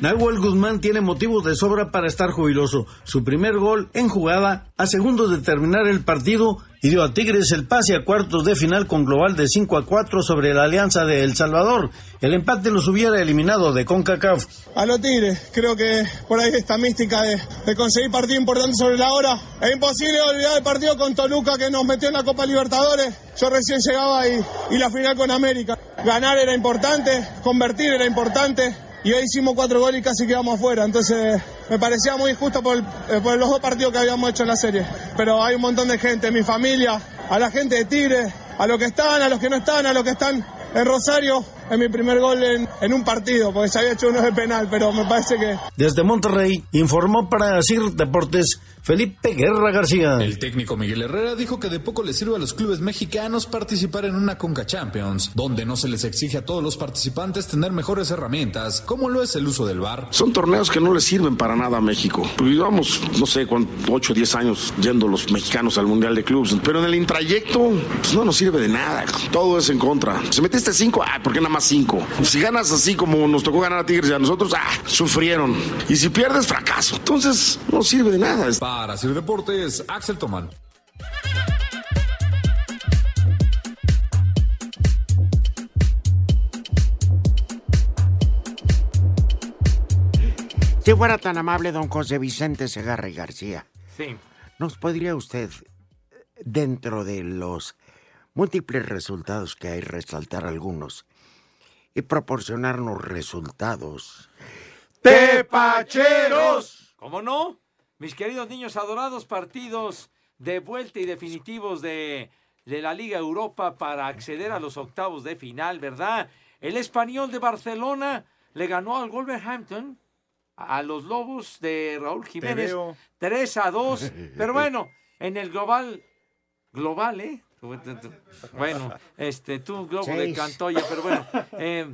[SPEAKER 12] Nahuel Guzmán tiene motivos de sobra para estar jubiloso. Su primer gol en jugada a segundos de terminar el partido y dio a Tigres el pase a cuartos de final con global de 5 a 4 sobre la Alianza de El Salvador. El empate los hubiera eliminado de CONCACAF.
[SPEAKER 13] A los Tigres, creo que por ahí esta mística de, de conseguir partido importante sobre la hora. Es imposible olvidar el partido con Toluca que nos metió en la Copa Libertadores. Yo recién llegaba y, y la final con América. Ganar era importante, convertir era importante y hoy hicimos cuatro goles y casi quedamos afuera. Entonces me parecía muy injusto por, el, eh, por, los dos partidos que habíamos hecho en la serie. Pero hay un montón de gente, mi familia, a la gente de Tigres, a los que están, a los que no están, a los que están en Rosario. En mi primer gol en, en un partido, porque se había hecho uno de penal, pero me parece que...
[SPEAKER 12] Desde Monterrey informó para CIR Deportes Felipe Guerra García.
[SPEAKER 14] El técnico Miguel Herrera dijo que de poco le sirve a los clubes mexicanos participar en una Conca Champions, donde no se les exige a todos los participantes tener mejores herramientas, como lo es el uso del VAR.
[SPEAKER 15] Son torneos que no le sirven para nada a México. Vivamos, no sé, con 8 o 10 años yendo los mexicanos al Mundial de Clubes, pero en el intrayecto pues no nos sirve de nada. Todo es en contra. Si metiste 5, ah, ¿por qué nada más 5? Si ganas así como nos tocó ganar a Tigres y a nosotros, ah, sufrieron. Y si pierdes, fracaso. Entonces, no sirve de nada.
[SPEAKER 14] Para Sir Deportes, Axel Tomán.
[SPEAKER 3] Si fuera tan amable don José Vicente Segarra y García,
[SPEAKER 16] Sí.
[SPEAKER 3] ¿nos podría usted, dentro de los múltiples resultados que hay, resaltar algunos y proporcionarnos resultados?
[SPEAKER 16] ¡Tepacheros!
[SPEAKER 5] ¿Cómo no? Mis queridos niños adorados, partidos de vuelta y definitivos de, de, la Liga Europa para acceder a los octavos de final, ¿verdad? El español de Barcelona le ganó al Wolverhampton, a los Lobos de Raúl Jiménez, 3 a 2. Pero bueno, en el global, global, ¿eh? Bueno, este, tú, Globo Seis. de Cantoya, pero bueno. Eh,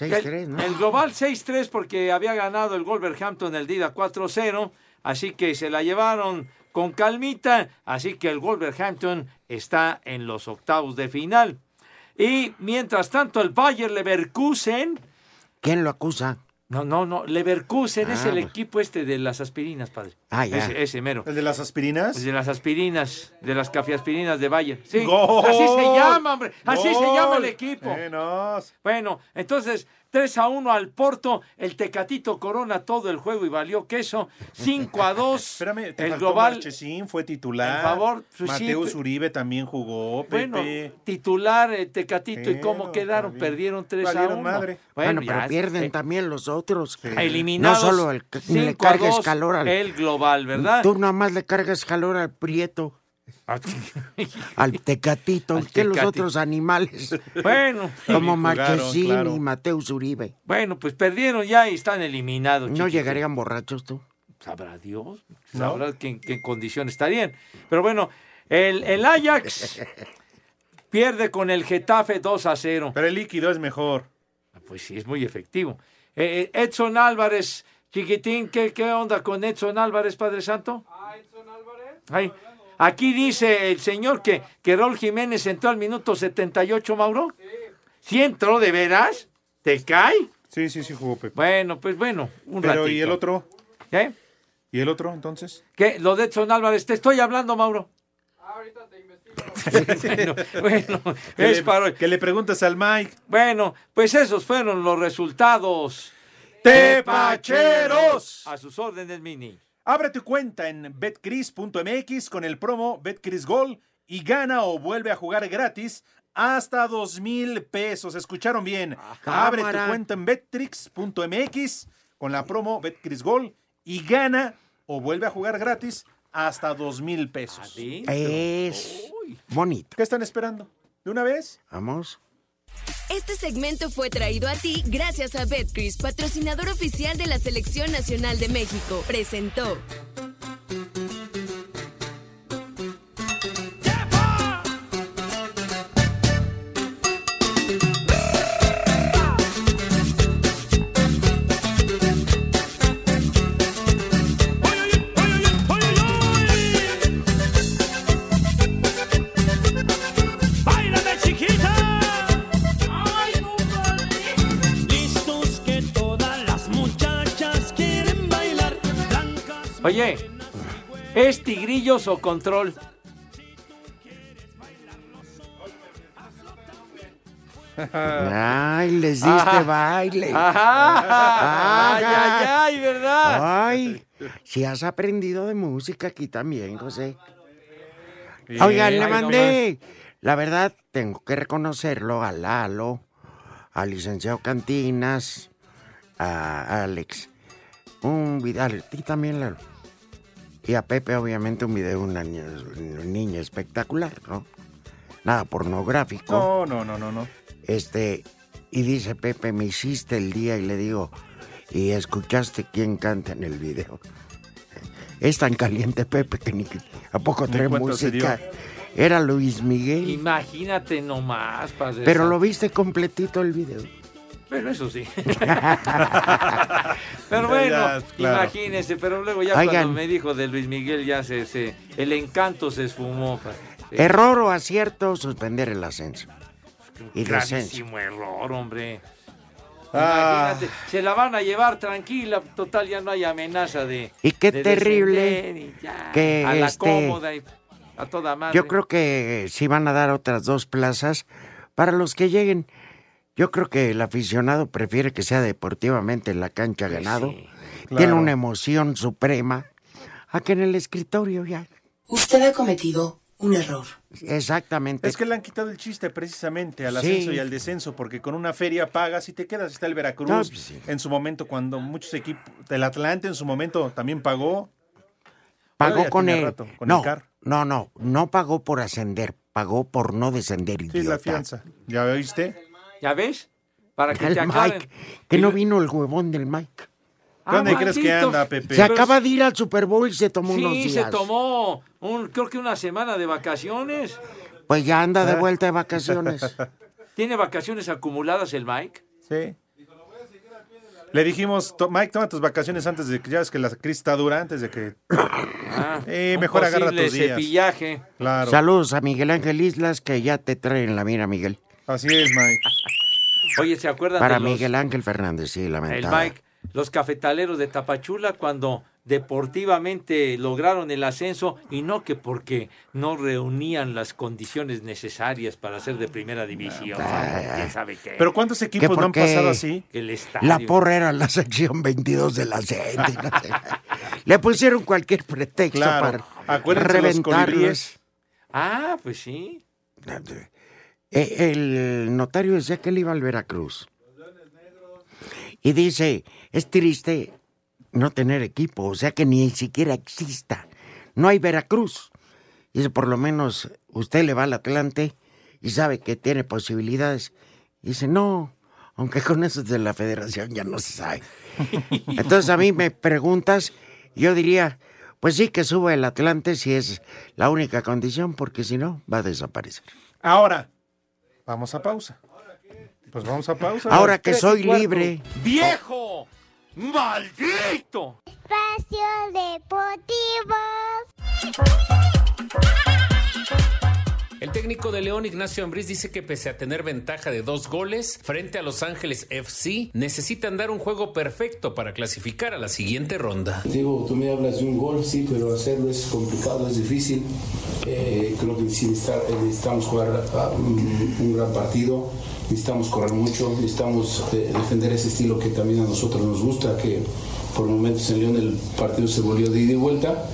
[SPEAKER 5] el,
[SPEAKER 3] ¿no?
[SPEAKER 5] el global 6-3 porque había ganado el Wolverhampton el día 4-0. Así que se la llevaron con calmita. Así que el Wolverhampton está en los octavos de final. Y mientras tanto, el Bayer Leverkusen.
[SPEAKER 3] ¿Quién lo acusa?
[SPEAKER 5] No, no, no. Leverkusen ah, es el equipo este de las aspirinas, padre.
[SPEAKER 3] Ah, ya.
[SPEAKER 5] Ese, ese mero.
[SPEAKER 4] ¿El de las aspirinas?
[SPEAKER 5] El de las aspirinas, de las cafiaspirinas de Bayer. Sí. ¡Gol! Así se llama, hombre. Así ¡Gol! se llama el equipo.
[SPEAKER 4] Eh, Menos.
[SPEAKER 5] Bueno, entonces, 3 a 1 al Porto. El Tecatito corona todo el juego y valió queso. 5 a 2.
[SPEAKER 4] (laughs) Espérame,
[SPEAKER 5] el
[SPEAKER 4] global. Marchesín fue titular.
[SPEAKER 5] Por favor, pues
[SPEAKER 4] Mateus Uribe también jugó. Pepe.
[SPEAKER 5] Bueno, titular el Tecatito. Pero, ¿Y cómo quedaron? También. Perdieron 3
[SPEAKER 4] Valieron
[SPEAKER 5] a 1.
[SPEAKER 4] Madre.
[SPEAKER 3] Bueno, bueno pero pierden eh, también los otros.
[SPEAKER 5] Sí. Eliminados.
[SPEAKER 3] No solo el, le cargas calor al.
[SPEAKER 5] El global, ¿verdad?
[SPEAKER 3] Tú nada más le cargas calor al Prieto. al tecatito, al que los otros (laughs) animales.
[SPEAKER 5] (laughs) Bueno,
[SPEAKER 3] como Marquesín claro. y Mateus Uribe.
[SPEAKER 5] Bueno, pues perdieron ya y están eliminados.
[SPEAKER 3] ¿No
[SPEAKER 5] chiquito.
[SPEAKER 3] llegarían borrachos tú?
[SPEAKER 5] Sabrá Dios, sabrá no. qué, qué condición estarían. Pero bueno, el, el Ajax
[SPEAKER 4] (laughs)
[SPEAKER 5] pierde con el Getafe 2 a 0.
[SPEAKER 4] Pero el líquido es mejor.
[SPEAKER 5] Pues sí, es muy efectivo. Eh, Edson Álvarez, chiquitín, ¿qué, ¿qué onda con Edson Álvarez, Padre Santo?
[SPEAKER 17] Ah, Edson Álvarez.
[SPEAKER 5] Ay. Aquí dice el señor que, que Raúl Jiménez entró al minuto 78, Mauro. Sí. ¿Sí entró de veras? ¿Te cae?
[SPEAKER 4] Sí, sí, sí jugó Pepe.
[SPEAKER 5] Bueno, pues bueno, un
[SPEAKER 4] Pero
[SPEAKER 5] ratito.
[SPEAKER 4] ¿y el otro?
[SPEAKER 5] ¿Eh?
[SPEAKER 4] ¿Y el otro entonces?
[SPEAKER 5] ¿Qué? Lo de Edson Álvarez. Te estoy hablando, Mauro.
[SPEAKER 17] Ah, ahorita te
[SPEAKER 5] (laughs)
[SPEAKER 17] investigo.
[SPEAKER 5] bueno, bueno es
[SPEAKER 4] le,
[SPEAKER 5] para hoy.
[SPEAKER 4] Que le preguntes al Mike.
[SPEAKER 5] Bueno, pues esos fueron los resultados.
[SPEAKER 4] ¡Tepacheros!
[SPEAKER 5] A sus órdenes, Mini.
[SPEAKER 4] Abre tu cuenta en betcris.mx con el promo BetCrisGol y gana o vuelve a jugar gratis hasta dos mil pesos. ¿Escucharon bien? Abre tu
[SPEAKER 3] cámara.
[SPEAKER 4] cuenta en bettrix.mx con la promo BetCrisGol y gana o vuelve a jugar gratis hasta dos mil pesos.
[SPEAKER 3] Eh. Es bonito.
[SPEAKER 4] ¿Qué están esperando? ¿De una vez?
[SPEAKER 3] Vamos.
[SPEAKER 18] Este segmento fue traído a ti gracias a Betcris, patrocinador oficial de la Selección Nacional de México. Presentó.
[SPEAKER 7] ¡Báilame, chiquita! ¡Ay, Listos que todas las muchachas quieren bailar.
[SPEAKER 5] Oye, ¿es tigrillos o control?
[SPEAKER 3] Ay, les diste
[SPEAKER 5] Ajá.
[SPEAKER 3] baile.
[SPEAKER 5] Ajá. Ay, ay,
[SPEAKER 3] Ajá.
[SPEAKER 5] ay, ¿verdad?
[SPEAKER 3] Ay, si has aprendido de música aquí también, José.
[SPEAKER 5] Bien.
[SPEAKER 3] Oigan, le
[SPEAKER 5] Ay, no
[SPEAKER 3] mandé. La verdad, tengo que reconocerlo a Lalo, al licenciado Cantinas, a Alex, un video, a ti también, Lalo. Y a Pepe, obviamente, un video de una niña, una niña espectacular, ¿no? Nada pornográfico.
[SPEAKER 4] No, no, no, no, no.
[SPEAKER 3] Este, y dice Pepe, me hiciste el día y le digo, y escuchaste quién canta en el video. (laughs) Es tan caliente Pepe que ni a poco
[SPEAKER 5] Ni
[SPEAKER 3] trae
[SPEAKER 5] cuenta se
[SPEAKER 3] música. Era Luis Miguel.
[SPEAKER 5] Imagínate nomás, padre.
[SPEAKER 3] Pero
[SPEAKER 5] santo.
[SPEAKER 3] lo viste completito el video.
[SPEAKER 5] Bueno, eso
[SPEAKER 3] (laughs)
[SPEAKER 5] sí. pero bueno,
[SPEAKER 3] Ya, claro.
[SPEAKER 5] imagínense, pero luego ya
[SPEAKER 3] Oigan.
[SPEAKER 5] cuando me dijo de Luis Miguel ya se, se- el encanto se esfumó. padre. Sí.
[SPEAKER 3] Error o acierto, suspender el ascenso. Y descenso.
[SPEAKER 5] Gravísimo error, hombre.
[SPEAKER 3] Ah.
[SPEAKER 5] Imagínate, se la van a llevar tranquila, total ya no hay amenaza de
[SPEAKER 3] Y qué
[SPEAKER 5] de
[SPEAKER 3] terrible
[SPEAKER 5] descender y ya,
[SPEAKER 3] que,
[SPEAKER 5] a la
[SPEAKER 3] este,
[SPEAKER 5] cómoda y a toda madre.
[SPEAKER 3] Yo creo que sí van a dar otras dos plazas para los que lleguen. Yo creo que el aficionado prefiere que sea deportivamente en la cancha
[SPEAKER 4] Pues
[SPEAKER 3] ganado. Tiene
[SPEAKER 19] claro.
[SPEAKER 3] una emoción suprema a que en el escritorio ya.
[SPEAKER 19] Usted ha cometido un error.
[SPEAKER 3] Exactamente.
[SPEAKER 4] Es que le han quitado el chiste precisamente al
[SPEAKER 3] Eh, Sí.
[SPEAKER 4] ascenso y al descenso, porque con una feria pagas y te quedas. Está el Veracruz
[SPEAKER 3] No, pues sí.
[SPEAKER 4] en su momento, cuando muchos equipos. El Atlante en su momento también pagó. Ahora
[SPEAKER 3] Pagó
[SPEAKER 4] ya
[SPEAKER 3] con
[SPEAKER 4] tiene
[SPEAKER 3] el,
[SPEAKER 4] rato, con
[SPEAKER 3] no,
[SPEAKER 4] el CAR.
[SPEAKER 3] no, no, no pagó por ascender, pagó por no descender,
[SPEAKER 4] Sí, la
[SPEAKER 3] idiota.
[SPEAKER 4] fianza. ¿Ya oíste?
[SPEAKER 5] ¿Ya ves? Para que
[SPEAKER 3] El
[SPEAKER 5] te acaben.
[SPEAKER 3] Mike, que no vino el huevón del Mike.
[SPEAKER 5] Ah, ¿Dónde crees que maldito. anda, Pepe?
[SPEAKER 3] Se
[SPEAKER 5] Pero-
[SPEAKER 3] acaba de ir al Super Bowl y se tomó unos
[SPEAKER 5] Sí,
[SPEAKER 3] días.
[SPEAKER 5] se tomó un, creo que una semana de vacaciones.
[SPEAKER 3] Pues ya anda
[SPEAKER 5] Ah.
[SPEAKER 3] de vuelta
[SPEAKER 5] (laughs)
[SPEAKER 3] de vacaciones.
[SPEAKER 5] ¿Tiene vacaciones acumuladas el Mike?
[SPEAKER 4] Sí. Le dijimos, "To- Mike, toma tus vacaciones antes de que ya ves que la crisis está dura, antes de que. Eh,
[SPEAKER 5] Ah, un
[SPEAKER 4] mejor agarra
[SPEAKER 5] posible
[SPEAKER 4] tus días.
[SPEAKER 5] cepillaje.
[SPEAKER 4] Claro.
[SPEAKER 3] Saludos a Miguel Ángel Islas que ya te traen la mira, Miguel.
[SPEAKER 4] Así es, Mike.
[SPEAKER 3] Ah,
[SPEAKER 5] Oye, ¿se acuerdan
[SPEAKER 3] Para
[SPEAKER 5] de los,
[SPEAKER 3] Miguel Ángel Fernández, sí,
[SPEAKER 5] el
[SPEAKER 3] lamentable.
[SPEAKER 5] Mike, los cafetaleros de Tapachula cuando deportivamente lograron el ascenso y no que porque no reunían las condiciones necesarias para ser de primera división. ¿Quién sabe qué?
[SPEAKER 4] Pero ¿cuántos equipos no han
[SPEAKER 3] porque
[SPEAKER 4] pasado así?
[SPEAKER 5] El estadio.
[SPEAKER 3] Ah, La porra era la (laughs) sección 22 de la gente. no
[SPEAKER 5] (laughs)
[SPEAKER 3] sé. Le pusieron cualquier pretexto
[SPEAKER 5] Claro.
[SPEAKER 3] para
[SPEAKER 5] Acuérdense los
[SPEAKER 3] reventarles.
[SPEAKER 5] colibríes. Ah, pues sí.
[SPEAKER 3] Eh, El notario decía que él iba al Veracruz. Y dice, es triste no tener equipo, o sea que ni siquiera exista. No hay Veracruz. Dice, por lo menos usted le va al Atlante y sabe que tiene posibilidades. Dice, no, aunque con eso de la federación ya no se sabe. Entonces a mí me preguntas, yo diría, pues sí que suba el Atlante si es la única condición, porque si no, va a desaparecer.
[SPEAKER 4] Ahora, vamos a pausa. Pues vamos a pausa.
[SPEAKER 3] Ahora
[SPEAKER 4] Las
[SPEAKER 3] que
[SPEAKER 4] tres y
[SPEAKER 3] soy
[SPEAKER 4] cuarto.
[SPEAKER 3] libre. Oh.
[SPEAKER 5] ¡Viejo! ¡Maldito!
[SPEAKER 10] Espacio Deportivo.
[SPEAKER 20] El técnico de León, Ignacio Ambriz, dice que pese a tener ventaja de dos goles frente a Los Ángeles FC, necesitan dar un juego perfecto para clasificar a la siguiente ronda.
[SPEAKER 12] Digo, tú me hablas de un gol, sí, pero hacerlo es complicado, es difícil. Eh, creo que sí necesita- necesitamos jugar ah, un, un gran partido necesitamos correr mucho, necesitamos eh, defender ese estilo que también a nosotros nos gusta, que por momentos en León el partido se volvió de ida y vuelta,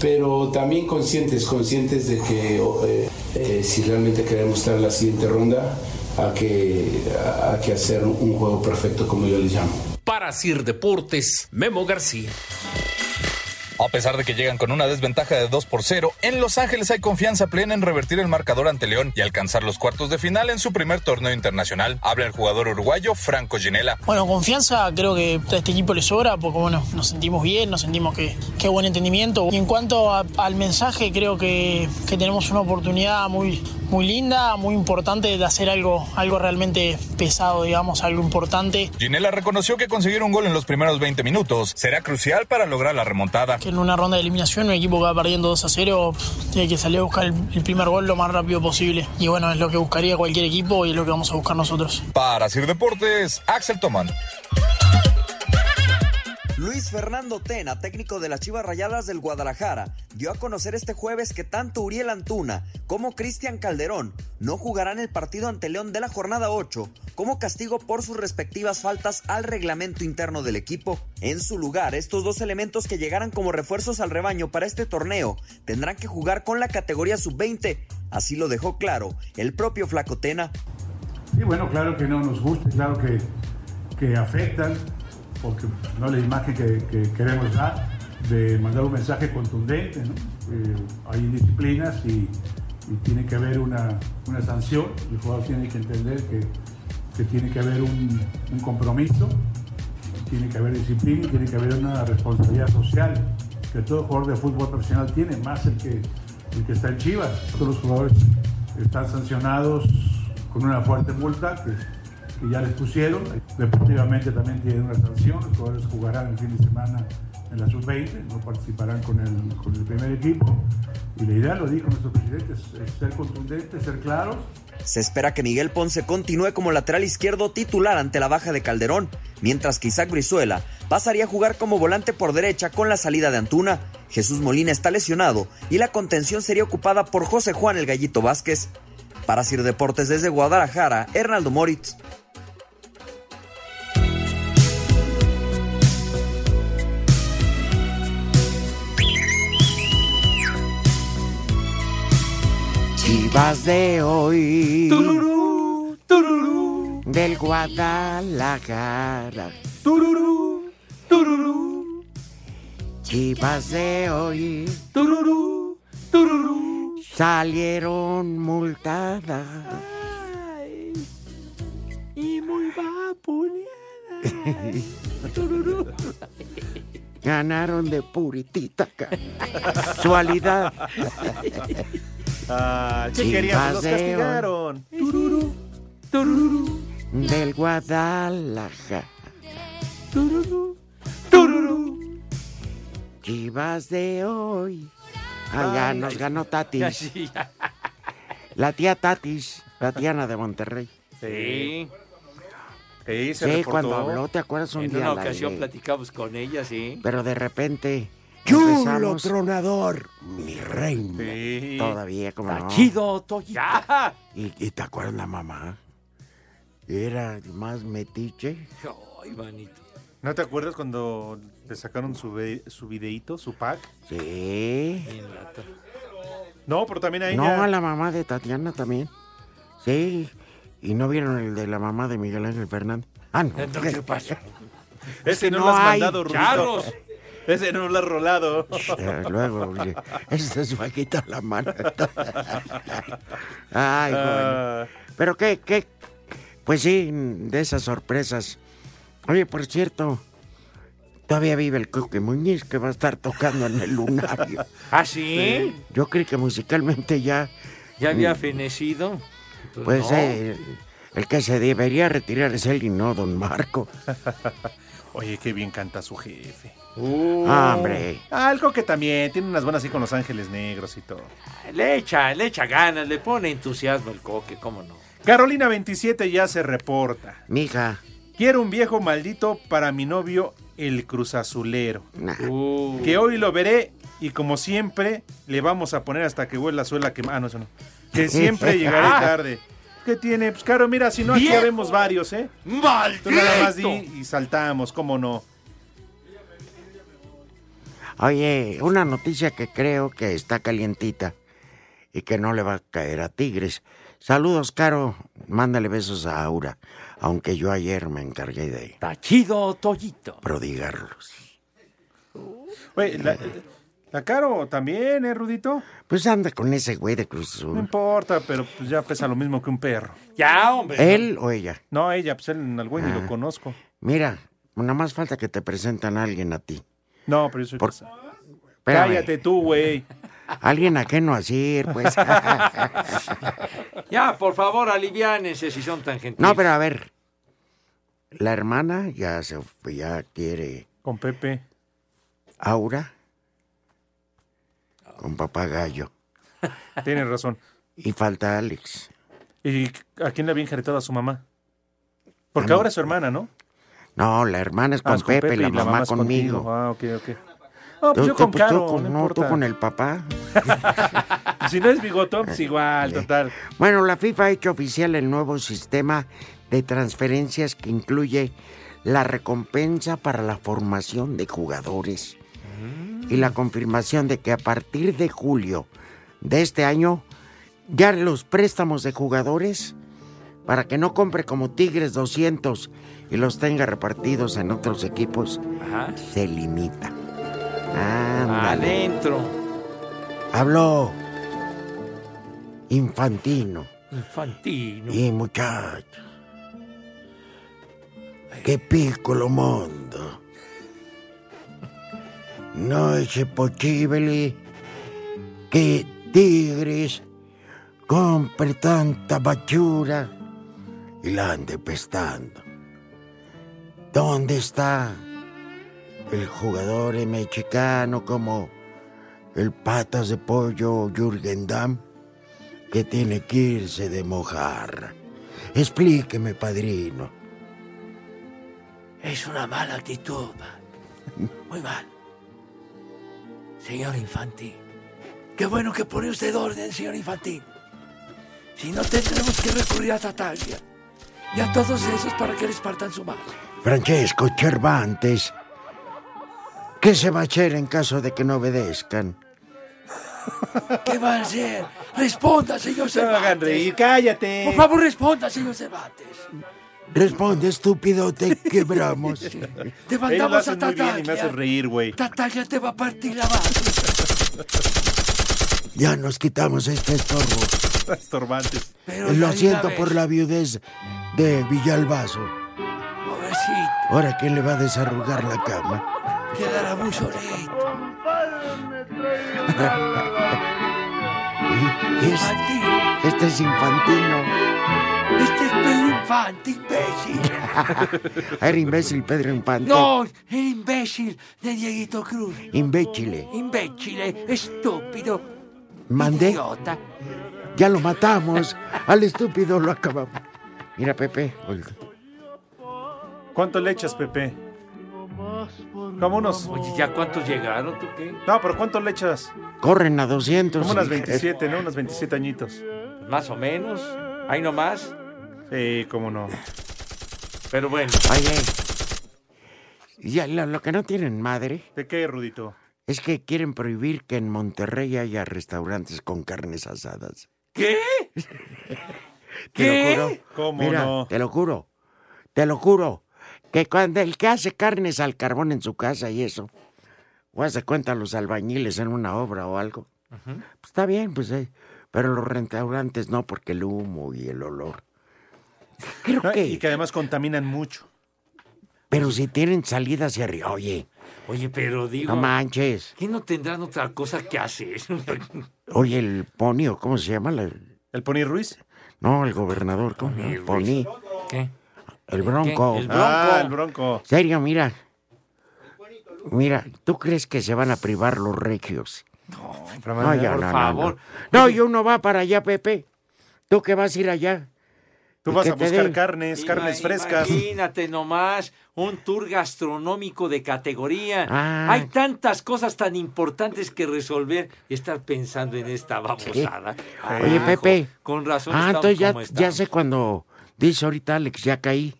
[SPEAKER 12] pero también conscientes, conscientes de que eh, eh, si realmente queremos estar en la siguiente ronda, hay que, hay que hacer un juego perfecto, como yo le llamo.
[SPEAKER 20] Para Sir Deportes, Memo García.
[SPEAKER 14] A pesar de que llegan con una desventaja de 2 por 0, en Los Ángeles hay confianza plena en revertir el marcador ante León y alcanzar los cuartos de final en su primer torneo internacional. Habla el jugador uruguayo Franco Ginela.
[SPEAKER 21] Bueno, confianza creo que a este equipo le sobra porque bueno, nos sentimos bien, nos sentimos que, que buen entendimiento. Y en cuanto a- al mensaje, creo que, que tenemos una oportunidad muy, muy linda, muy importante de hacer algo, algo realmente pesado, digamos, algo importante.
[SPEAKER 14] Ginela reconoció que conseguir un gol en los primeros 20 minutos será crucial para lograr la remontada.
[SPEAKER 21] Que en una ronda de eliminación, un equipo que va perdiendo 2 a 0, tiene que salir a buscar el, el primer gol lo más rápido posible. Y bueno, es lo que buscaría cualquier equipo y es lo que vamos a buscar nosotros.
[SPEAKER 14] Para Sir Deportes, Axel Tomán.
[SPEAKER 2] Luis Fernando Tena, técnico de las Chivas Rayadas del Guadalajara, dio a conocer este jueves que tanto Uriel Antuna como Cristian Calderón no jugarán el partido ante León de la jornada 8 como castigo por sus respectivas faltas al reglamento interno del equipo. En su lugar, estos dos elementos que llegaran como refuerzos al rebaño para este torneo tendrán que jugar con la categoría sub-20, así lo dejó claro el propio Flaco Tena.
[SPEAKER 22] Sí, bueno, claro que no nos gusta, claro que, que afectan, porque no es la imagen que, que queremos dar, de mandar un mensaje contundente, ¿no? Eh, hay disciplinas y, y tiene que haber una, una sanción, el jugador tiene que entender que, que tiene que haber un, un compromiso, tiene que haber disciplina y tiene que haber una responsabilidad social que todo jugador de fútbol profesional tiene, más el que, el que está en Chivas. Todos los jugadores están sancionados con una fuerte multa que, que ya les pusieron. Deportivamente también tienen una sanción. Los jugadores jugarán el fin de semana en la sub-20, no participarán con el, con el primer equipo. Y la idea, lo dijo nuestro presidente, es- es ser contundentes, ser claros
[SPEAKER 2] Se espera que Miguel Ponce continúe como lateral izquierdo titular ante la baja de Calderón, mientras que Isaac Brizuela pasaría a jugar como volante por derecha con la salida de Antuna. Jesús Molina está lesionado y la contención sería ocupada por José Juan el Gallito Vázquez. Para Sir Deportes desde Guadalajara, Hernaldo Moritz.
[SPEAKER 3] Chivas de hoy. Del Guadalajara. Tururú, tururú. Chivas de hoy. Tururú, tururú. Salieron multadas.
[SPEAKER 7] Y muy vapuleada. Tururú.
[SPEAKER 3] Ganaron de puritita. ca- Casualidad.
[SPEAKER 4] Ah, ¿Qué
[SPEAKER 3] Chivas
[SPEAKER 4] queríamos? Los
[SPEAKER 3] de hoy.
[SPEAKER 4] castigaron.
[SPEAKER 7] Tururú. Tururú.
[SPEAKER 3] Del Guadalajara.
[SPEAKER 7] Tururú.
[SPEAKER 3] Chivas de hoy.
[SPEAKER 7] Ay,
[SPEAKER 3] Allá nos
[SPEAKER 7] (laughs) ay.
[SPEAKER 3] ganó
[SPEAKER 7] Ya,
[SPEAKER 3] Tatis.
[SPEAKER 7] sí, ya.
[SPEAKER 3] La tía Tatis, la tiana de Monterrey.
[SPEAKER 5] Sí.
[SPEAKER 4] Sí,
[SPEAKER 3] se Sí, reportó. cuando habló, ¿te acuerdas un
[SPEAKER 5] en
[SPEAKER 3] día
[SPEAKER 5] una
[SPEAKER 3] la
[SPEAKER 5] ocasión
[SPEAKER 3] de-
[SPEAKER 5] platicamos con ella, sí.
[SPEAKER 3] Pero de repente.
[SPEAKER 5] ¡Chulo
[SPEAKER 3] tronador! Mi reina. Todavía como no.
[SPEAKER 5] Chido, Toya.
[SPEAKER 3] ¿Y, y te acuerdas la mamá? Era más metiche.
[SPEAKER 5] Ay, manito.
[SPEAKER 4] ¿No te acuerdas cuando le sacaron su, ve- su videíto, su pack?
[SPEAKER 3] Sí.
[SPEAKER 4] No, pero también ahí
[SPEAKER 3] No, la mamá de Tatiana también. Sí. ¿Y no vieron el de la mamá de Miguel Ángel Fernández? Ah, no.
[SPEAKER 4] ¿Qué
[SPEAKER 3] (laughs)
[SPEAKER 4] pasa?
[SPEAKER 3] Es que
[SPEAKER 4] Ese no,
[SPEAKER 3] no
[SPEAKER 4] lo has
[SPEAKER 3] hay
[SPEAKER 4] mandado, Rudito.
[SPEAKER 3] charros.
[SPEAKER 4] (laughs) Ese no lo has rolado.
[SPEAKER 3] Eh, Luego, oye, esta es bajita la mano. (laughs) Ay,
[SPEAKER 5] Ah.
[SPEAKER 3] bueno. Pero qué, qué. Pues sí, de esas sorpresas. Oye, por cierto, todavía vive el Coque Muñiz que va a estar tocando en el lunario.
[SPEAKER 5] ¿Ah, (laughs) sí?
[SPEAKER 3] Yo creo que musicalmente ya.
[SPEAKER 5] Ya había
[SPEAKER 3] mm,
[SPEAKER 5] fenecido.
[SPEAKER 3] Pues
[SPEAKER 5] no.
[SPEAKER 3] eh, el que se debería retirar es él y no don Marco.
[SPEAKER 4] Oye, qué bien canta su jefe.
[SPEAKER 5] Uh.
[SPEAKER 3] Ah, hombre.
[SPEAKER 4] Algo que también tiene unas buenas así con los ángeles negros y todo.
[SPEAKER 5] Le echa, le echa ganas, le pone entusiasmo el coque, cómo no.
[SPEAKER 4] Carolina 27 ya se reporta.
[SPEAKER 3] Mija.
[SPEAKER 4] Quiero un viejo maldito para mi novio, el cruzazulero.
[SPEAKER 5] Uh.
[SPEAKER 4] Que hoy lo veré y como siempre le vamos a poner hasta que vuelva suela que... Ah, no, eso no. Que siempre llegaré tarde. ¿Qué tiene? Pues claro, mira, si no aquí
[SPEAKER 5] ¡Viejo!
[SPEAKER 4] vemos varios, ¿eh?
[SPEAKER 5] ¡Maldito!
[SPEAKER 4] Tú nada más di y saltamos, ¿cómo no?
[SPEAKER 3] Oye, una noticia que creo que está calientita y que no le va a caer a Tigres. Saludos, Caro. Mándale besos a Aura, aunque yo ayer me encargué de
[SPEAKER 5] Tachido Toyito.
[SPEAKER 3] prodigarlos.
[SPEAKER 4] Oye, la, la Caro también, ¿eh, Rudito?
[SPEAKER 3] Pues anda con ese güey de Cruz
[SPEAKER 4] No
[SPEAKER 3] Azul.
[SPEAKER 4] importa, pero pues ya pesa lo mismo que un perro.
[SPEAKER 5] Ya, hombre.
[SPEAKER 3] ¿Él o ella?
[SPEAKER 4] No, ella, pues él al güey ni
[SPEAKER 3] Ah.
[SPEAKER 4] lo conozco.
[SPEAKER 3] Mira, nada más falta que te presentan a alguien a ti.
[SPEAKER 4] No, pero yo soy...
[SPEAKER 3] Por-
[SPEAKER 4] casado.
[SPEAKER 3] Espérame,
[SPEAKER 4] Cállate tú, güey.
[SPEAKER 3] Alguien a qué no asir, pues.
[SPEAKER 5] Ya, por favor, aliviánense si son tan gentiles.
[SPEAKER 3] no, pero a ver. La hermana ya se ya quiere
[SPEAKER 4] Con Pepe.
[SPEAKER 3] Aura con papagayo.
[SPEAKER 4] Tienes razón.
[SPEAKER 3] Y falta Alex.
[SPEAKER 4] ¿Y a quién le había enjaretado a su mamá? Porque
[SPEAKER 3] A mí.
[SPEAKER 4] ahora es su hermana, ¿no?
[SPEAKER 3] No, la hermana es
[SPEAKER 4] Ah,
[SPEAKER 3] con,
[SPEAKER 4] es
[SPEAKER 3] Pepe, y la, mamá,
[SPEAKER 4] es
[SPEAKER 3] conmigo.
[SPEAKER 4] contigo. Ah, ok, ok. No, pues
[SPEAKER 3] Tú-
[SPEAKER 4] yo
[SPEAKER 3] tú-
[SPEAKER 4] con
[SPEAKER 3] pues, tú
[SPEAKER 4] Caro,
[SPEAKER 3] con-
[SPEAKER 4] no,
[SPEAKER 3] no, tú
[SPEAKER 4] importa.
[SPEAKER 3] con el papá.
[SPEAKER 4] Si no es bigotón,
[SPEAKER 3] Eh,
[SPEAKER 4] pues igual, total.
[SPEAKER 3] Bueno, la FIFA ha hecho oficial el nuevo sistema de transferencias que incluye la recompensa para la formación de jugadores y la confirmación de que a partir de julio de este año ya los préstamos de jugadores para que no compre como Tigres 200 y los tenga repartidos en otros equipos
[SPEAKER 5] Ajá.
[SPEAKER 3] se limita. Ándale.
[SPEAKER 5] Adentro.
[SPEAKER 3] Habló Infantino.
[SPEAKER 5] Infantino.
[SPEAKER 3] Y muchacho, che piccolo mondo. Noi se possibili che Tigris compri tanta bacciura e l'ande pestando. Donde sta il giocatore mexicano come il patas de pollo Jürgen Damm? que tiene que irse de mojar. Explíqueme, padrino.
[SPEAKER 23] Es una mala actitud. pa. Muy mal. Señor Infantín. Qué bueno que pone usted orden, señor Infantín. Si no, tendremos que recurrir a Tataglia. Y a todos esos para que les partan su madre.
[SPEAKER 3] Francesco Cervantes, ¿qué se va a hacer en caso de que no obedezcan?
[SPEAKER 23] ¿Qué va a hacer? Responda, señor
[SPEAKER 4] No me hagan
[SPEAKER 23] Cervantes.
[SPEAKER 4] reír, cállate.
[SPEAKER 23] Por favor, responda, señor Cervantes.
[SPEAKER 3] Responde,
[SPEAKER 23] (laughs)
[SPEAKER 3] estúpido, te quebramos.
[SPEAKER 23] Te
[SPEAKER 4] Ellos lo
[SPEAKER 23] mandamos a
[SPEAKER 4] hacen muy bien y me
[SPEAKER 23] Tataglia.
[SPEAKER 4] haces reír, güey.
[SPEAKER 23] Tataglia te va a partir la madre.
[SPEAKER 3] Ya nos quitamos este estorbo.
[SPEAKER 4] Estorbantes.
[SPEAKER 3] Lo siento por la viudez de Villalbazo.
[SPEAKER 23] Pobrecito,
[SPEAKER 3] Ahora, ¿quién le va a desarrugar la cama?
[SPEAKER 23] quedará muy solito.
[SPEAKER 3] Es- este es infantino.
[SPEAKER 23] Este es Pedro Infante,
[SPEAKER 3] (laughs)
[SPEAKER 23] imbécil.
[SPEAKER 3] Era imbécil, Pedro Infante.
[SPEAKER 23] No, el imbécil de Dieguito Cruz.
[SPEAKER 3] Imbécile.
[SPEAKER 23] Imbécile, estúpido,
[SPEAKER 3] Mandé.
[SPEAKER 23] idiota.
[SPEAKER 3] Ya lo matamos. Al estúpido lo acabamos. Mira, Pepe. pues, oiga.
[SPEAKER 4] ¿Cuánto le echas, Pepe? Como unos...
[SPEAKER 5] Oye, ¿ya cuántos llegaron? ¿Tú qué?
[SPEAKER 4] No, pero ¿cuánto le echas?
[SPEAKER 3] Corren a 200.
[SPEAKER 4] Como unas
[SPEAKER 3] y-
[SPEAKER 4] 27, ¿no? Unas 27 añitos.
[SPEAKER 5] Más o menos. Ahí nomás.
[SPEAKER 4] Sí, cómo no.
[SPEAKER 5] Pero bueno.
[SPEAKER 3] Oye. Ya, lo, lo que no tienen madre
[SPEAKER 4] ¿De qué, Rudito?
[SPEAKER 3] es que quieren prohibir que en Monterrey haya restaurantes con carnes asadas.
[SPEAKER 5] ¿Qué?
[SPEAKER 3] Te lo
[SPEAKER 5] ¿Qué?
[SPEAKER 3] juro.
[SPEAKER 4] ¿Cómo
[SPEAKER 3] Mira,
[SPEAKER 4] no?
[SPEAKER 3] te lo juro. Te lo juro. Que cuando el que hace carnes al carbón en su casa y eso, o hace cuenta los albañiles en una obra o algo, pues está bien, pues, eh, pero los restaurantes no, porque el humo y el olor. Creo
[SPEAKER 4] No,
[SPEAKER 3] que.
[SPEAKER 4] Ah, Y que además contaminan mucho.
[SPEAKER 3] Pero si tienen salida hacia arriba, oye,
[SPEAKER 5] Oye, pero digo.
[SPEAKER 3] no manches.
[SPEAKER 5] ¿Qué no tendrán otra cosa que hacer? (laughs)
[SPEAKER 3] Oye, el pony, ¿o ¿cómo se llama? La-
[SPEAKER 4] ¿El Pony Ruiz?
[SPEAKER 3] No, el gobernador, ¿cómo? El pony.
[SPEAKER 5] ¿Qué?
[SPEAKER 3] El bronco.
[SPEAKER 5] El bronco.
[SPEAKER 4] Ah, el Bronco.
[SPEAKER 3] Serio, mira. Mira, ¿tú crees que se van a privar los regios? No, ya,
[SPEAKER 5] por
[SPEAKER 3] no, no,
[SPEAKER 5] favor.
[SPEAKER 3] No, no, y uno va para allá, Pepe. ¿Tú que vas a ir allá?
[SPEAKER 4] Tú vas a buscar carnes, carnes
[SPEAKER 5] Ima-
[SPEAKER 4] frescas.
[SPEAKER 5] Imagínate nomás, un tour gastronómico de categoría.
[SPEAKER 4] Ah.
[SPEAKER 5] Hay tantas cosas tan importantes que resolver y estar pensando en esta babosada.
[SPEAKER 3] Oye,
[SPEAKER 5] Carajo,
[SPEAKER 3] Pepe.
[SPEAKER 5] Ah, Con razón
[SPEAKER 3] Ah,
[SPEAKER 5] estamos
[SPEAKER 3] entonces ya,
[SPEAKER 5] como estamos.
[SPEAKER 3] ya sé cuando dice ahorita Alex, ya caí.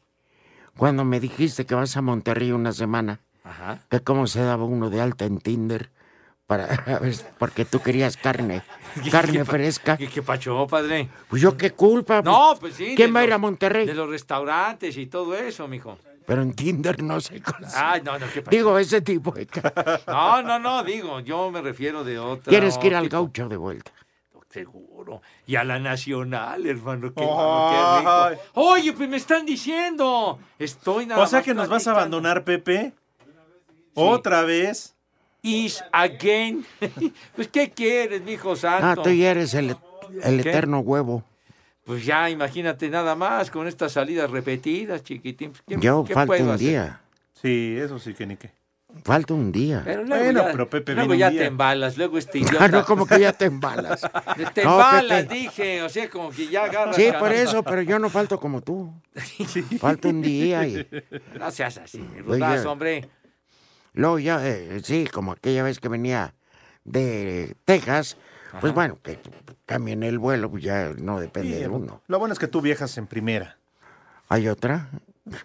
[SPEAKER 3] Cuando me dijiste que vas a Monterrey una semana,
[SPEAKER 5] Ajá.
[SPEAKER 3] que cómo se daba uno de alta en Tinder, para, (laughs) porque tú
[SPEAKER 5] (laughs)
[SPEAKER 3] querías carne, carne
[SPEAKER 5] pa-
[SPEAKER 3] fresca.
[SPEAKER 5] ¿Qué, qué pacho, padre?
[SPEAKER 3] Pues yo qué culpa.
[SPEAKER 5] No, pues sí.
[SPEAKER 3] ¿Quién
[SPEAKER 5] de
[SPEAKER 3] va a ir
[SPEAKER 5] los-
[SPEAKER 3] a Monterrey?
[SPEAKER 5] De los restaurantes y todo eso, mijo.
[SPEAKER 3] Pero en Tinder no se conoce.
[SPEAKER 5] Ay, no, no, qué pacho.
[SPEAKER 3] Digo, ese tipo
[SPEAKER 5] (laughs)
[SPEAKER 3] de ca-
[SPEAKER 5] No, no, no, digo, yo me refiero de otra.
[SPEAKER 3] Tienes que ir al
[SPEAKER 5] tipo.
[SPEAKER 3] gaucho de vuelta.
[SPEAKER 5] Seguro. Y a la nacional, hermano. Qué,
[SPEAKER 4] Ay.
[SPEAKER 5] malo, qué rico. Oye, pues me están diciendo. Estoy nada
[SPEAKER 4] O sea
[SPEAKER 5] más
[SPEAKER 4] que nos vas a
[SPEAKER 5] platicando.
[SPEAKER 4] abandonar, Pepe. Otra vez.
[SPEAKER 5] Is again. (laughs) pues, ¿qué quieres, mijo
[SPEAKER 3] Ah,
[SPEAKER 5] santo?
[SPEAKER 3] tú ya eres el, el
[SPEAKER 5] ¿Qué?
[SPEAKER 3] eterno huevo.
[SPEAKER 5] Pues ya, imagínate nada más con estas salidas repetidas, chiquitín. Pues, ¿qué-
[SPEAKER 3] Yo
[SPEAKER 5] qué
[SPEAKER 3] falta
[SPEAKER 5] puedo
[SPEAKER 3] un
[SPEAKER 5] hacer?
[SPEAKER 3] día.
[SPEAKER 4] Sí, eso sí que ni qué.
[SPEAKER 3] Falta un día. (laughs)
[SPEAKER 5] Pero luego
[SPEAKER 4] Bueno,
[SPEAKER 5] ya,
[SPEAKER 4] pero Pepe
[SPEAKER 5] luego
[SPEAKER 4] viene un
[SPEAKER 5] ya
[SPEAKER 4] día.
[SPEAKER 5] te embalas, luego este idiota.
[SPEAKER 3] Ah, no, como que ya te embalas.
[SPEAKER 5] (laughs) Te
[SPEAKER 3] No,
[SPEAKER 5] embalas,
[SPEAKER 3] Pepe.
[SPEAKER 5] dije. O sea, como que ya agarras.
[SPEAKER 3] Sí,
[SPEAKER 5] canasta.
[SPEAKER 3] por eso, pero yo no falto
[SPEAKER 5] (laughs)
[SPEAKER 3] como tú. Falta un día y
[SPEAKER 5] No seas así, mi rudazo, hombre.
[SPEAKER 3] luego ya, eh, sí, como aquella vez que venía de Texas, pues
[SPEAKER 4] Ajá.
[SPEAKER 3] bueno, que cambien el vuelo, pues ya no depende de uno.
[SPEAKER 4] Lo bueno es que tú viajas en primera.
[SPEAKER 3] ¿Hay otra?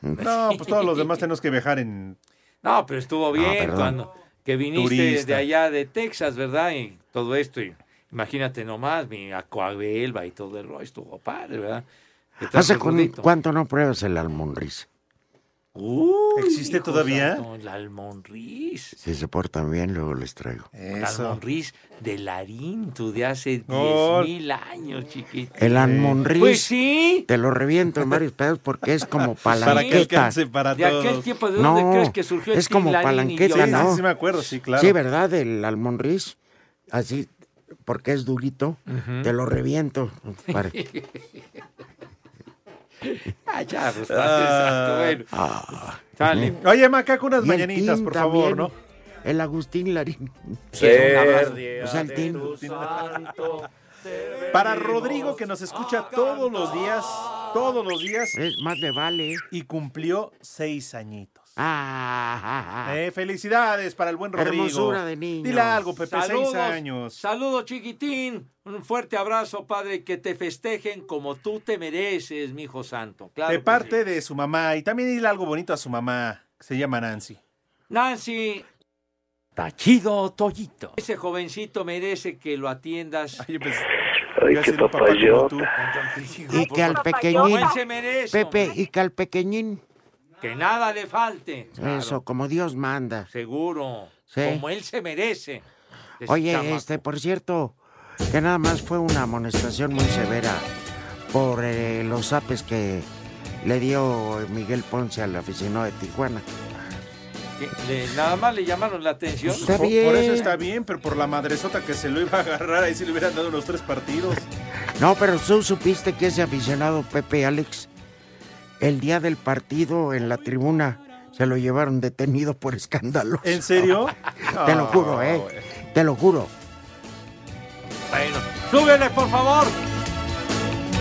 [SPEAKER 4] No, pues todos los demás tenemos que viajar en.
[SPEAKER 5] No, pero estuvo bien
[SPEAKER 3] Ah, perdón.
[SPEAKER 5] cuando que viniste
[SPEAKER 4] Turista.
[SPEAKER 5] de allá de Texas, ¿verdad? Y todo esto. Y imagínate nomás, mi acuabelba y todo el rollo. Estuvo padre, ¿verdad? Que estás
[SPEAKER 3] ¿Hace cu-
[SPEAKER 5] gordito.
[SPEAKER 3] cuánto no pruebas el almonriz?
[SPEAKER 5] Uy,
[SPEAKER 4] ¿Existe
[SPEAKER 5] hijo
[SPEAKER 4] todavía?
[SPEAKER 5] santo, el almonriz.
[SPEAKER 3] Si se portan bien, luego les traigo.
[SPEAKER 5] El almonriz de Larinto de hace
[SPEAKER 3] Oh.
[SPEAKER 5] 10 mil años, chiquito.
[SPEAKER 3] El almonriz.
[SPEAKER 5] Pues sí.
[SPEAKER 3] Te lo reviento en varios pedazos porque es como
[SPEAKER 4] (laughs)
[SPEAKER 3] palanqueta.
[SPEAKER 4] Para que alcance para
[SPEAKER 5] De
[SPEAKER 4] todos.
[SPEAKER 5] aquel tiempo, ¿de dónde crees que surgió el
[SPEAKER 3] Es como
[SPEAKER 5] Tin Larín y
[SPEAKER 3] palanqueta,
[SPEAKER 5] Yola?
[SPEAKER 3] ¿no?
[SPEAKER 5] Sí, sí, sí me
[SPEAKER 4] acuerdo, sí, claro.
[SPEAKER 3] Sí, ¿verdad? El almonriz, así, porque es durito,
[SPEAKER 5] Ujú.
[SPEAKER 3] te lo reviento.
[SPEAKER 4] (laughs)
[SPEAKER 3] para-
[SPEAKER 5] Ah, ya, pues,
[SPEAKER 4] Ah.
[SPEAKER 5] exacto, bueno. pues,
[SPEAKER 3] Ah.
[SPEAKER 5] Dale.
[SPEAKER 4] Oye, Macaco, unas
[SPEAKER 3] Y el
[SPEAKER 4] mañanitas,
[SPEAKER 3] Tin
[SPEAKER 4] por favor,
[SPEAKER 3] también,
[SPEAKER 4] ¿no?
[SPEAKER 3] El Agustín Larín.
[SPEAKER 4] Ser
[SPEAKER 3] O sea, el Tin.
[SPEAKER 4] Para Rodrigo, que nos escucha todos los días, todos los días.
[SPEAKER 3] Es más le vale.
[SPEAKER 4] Y cumplió seis añitos.
[SPEAKER 3] Ah, ah, ah.
[SPEAKER 4] Eh, felicidades para el buen Rodrigo.
[SPEAKER 3] Hermosura de niño.
[SPEAKER 4] Dile algo, Pepe,
[SPEAKER 5] Saludos,
[SPEAKER 4] seis años.
[SPEAKER 5] Saludos, chiquitín. Un fuerte abrazo, padre. Que te festejen como tú te mereces, mi hijo santo. Claro.
[SPEAKER 4] de
[SPEAKER 5] que
[SPEAKER 4] parte de su mamá. Y también dile algo bonito a su mamá, que se llama Nancy.
[SPEAKER 5] sí. Nancy,
[SPEAKER 4] Tachido Toyito.
[SPEAKER 5] ese jovencito merece que lo atiendas.
[SPEAKER 4] Ay, qué papayota.
[SPEAKER 3] Y
[SPEAKER 4] pues,
[SPEAKER 3] que al
[SPEAKER 5] Como
[SPEAKER 3] pequeñín.
[SPEAKER 5] él se merece.
[SPEAKER 3] Pepe,
[SPEAKER 5] hombre.
[SPEAKER 3] y que al pequeñín.
[SPEAKER 5] Que nada le falte.
[SPEAKER 3] Eso, como Dios manda.
[SPEAKER 5] Seguro.
[SPEAKER 3] Sí.
[SPEAKER 5] Como él se merece. Ese
[SPEAKER 3] Oye,
[SPEAKER 5] chamaco.
[SPEAKER 3] este, por cierto, que nada más fue una amonestación muy severa por eh, los apes que le dio Miguel Ponce a la oficina de Tijuana.
[SPEAKER 5] Que le- nada más le llamaron la atención.
[SPEAKER 3] Está
[SPEAKER 4] por,
[SPEAKER 3] bien.
[SPEAKER 4] por eso está bien, pero por la madresota que se lo iba a agarrar, ahí sí le hubieran dado unos tres partidos.
[SPEAKER 3] No, pero tú supiste que ese aficionado Pepe Alex, el día del partido en la tribuna, se lo llevaron detenido por escándalo.
[SPEAKER 4] ¿En serio?
[SPEAKER 3] (laughs) Te lo juro, ¿eh? Te lo juro.
[SPEAKER 5] Bueno, súbele, por favor.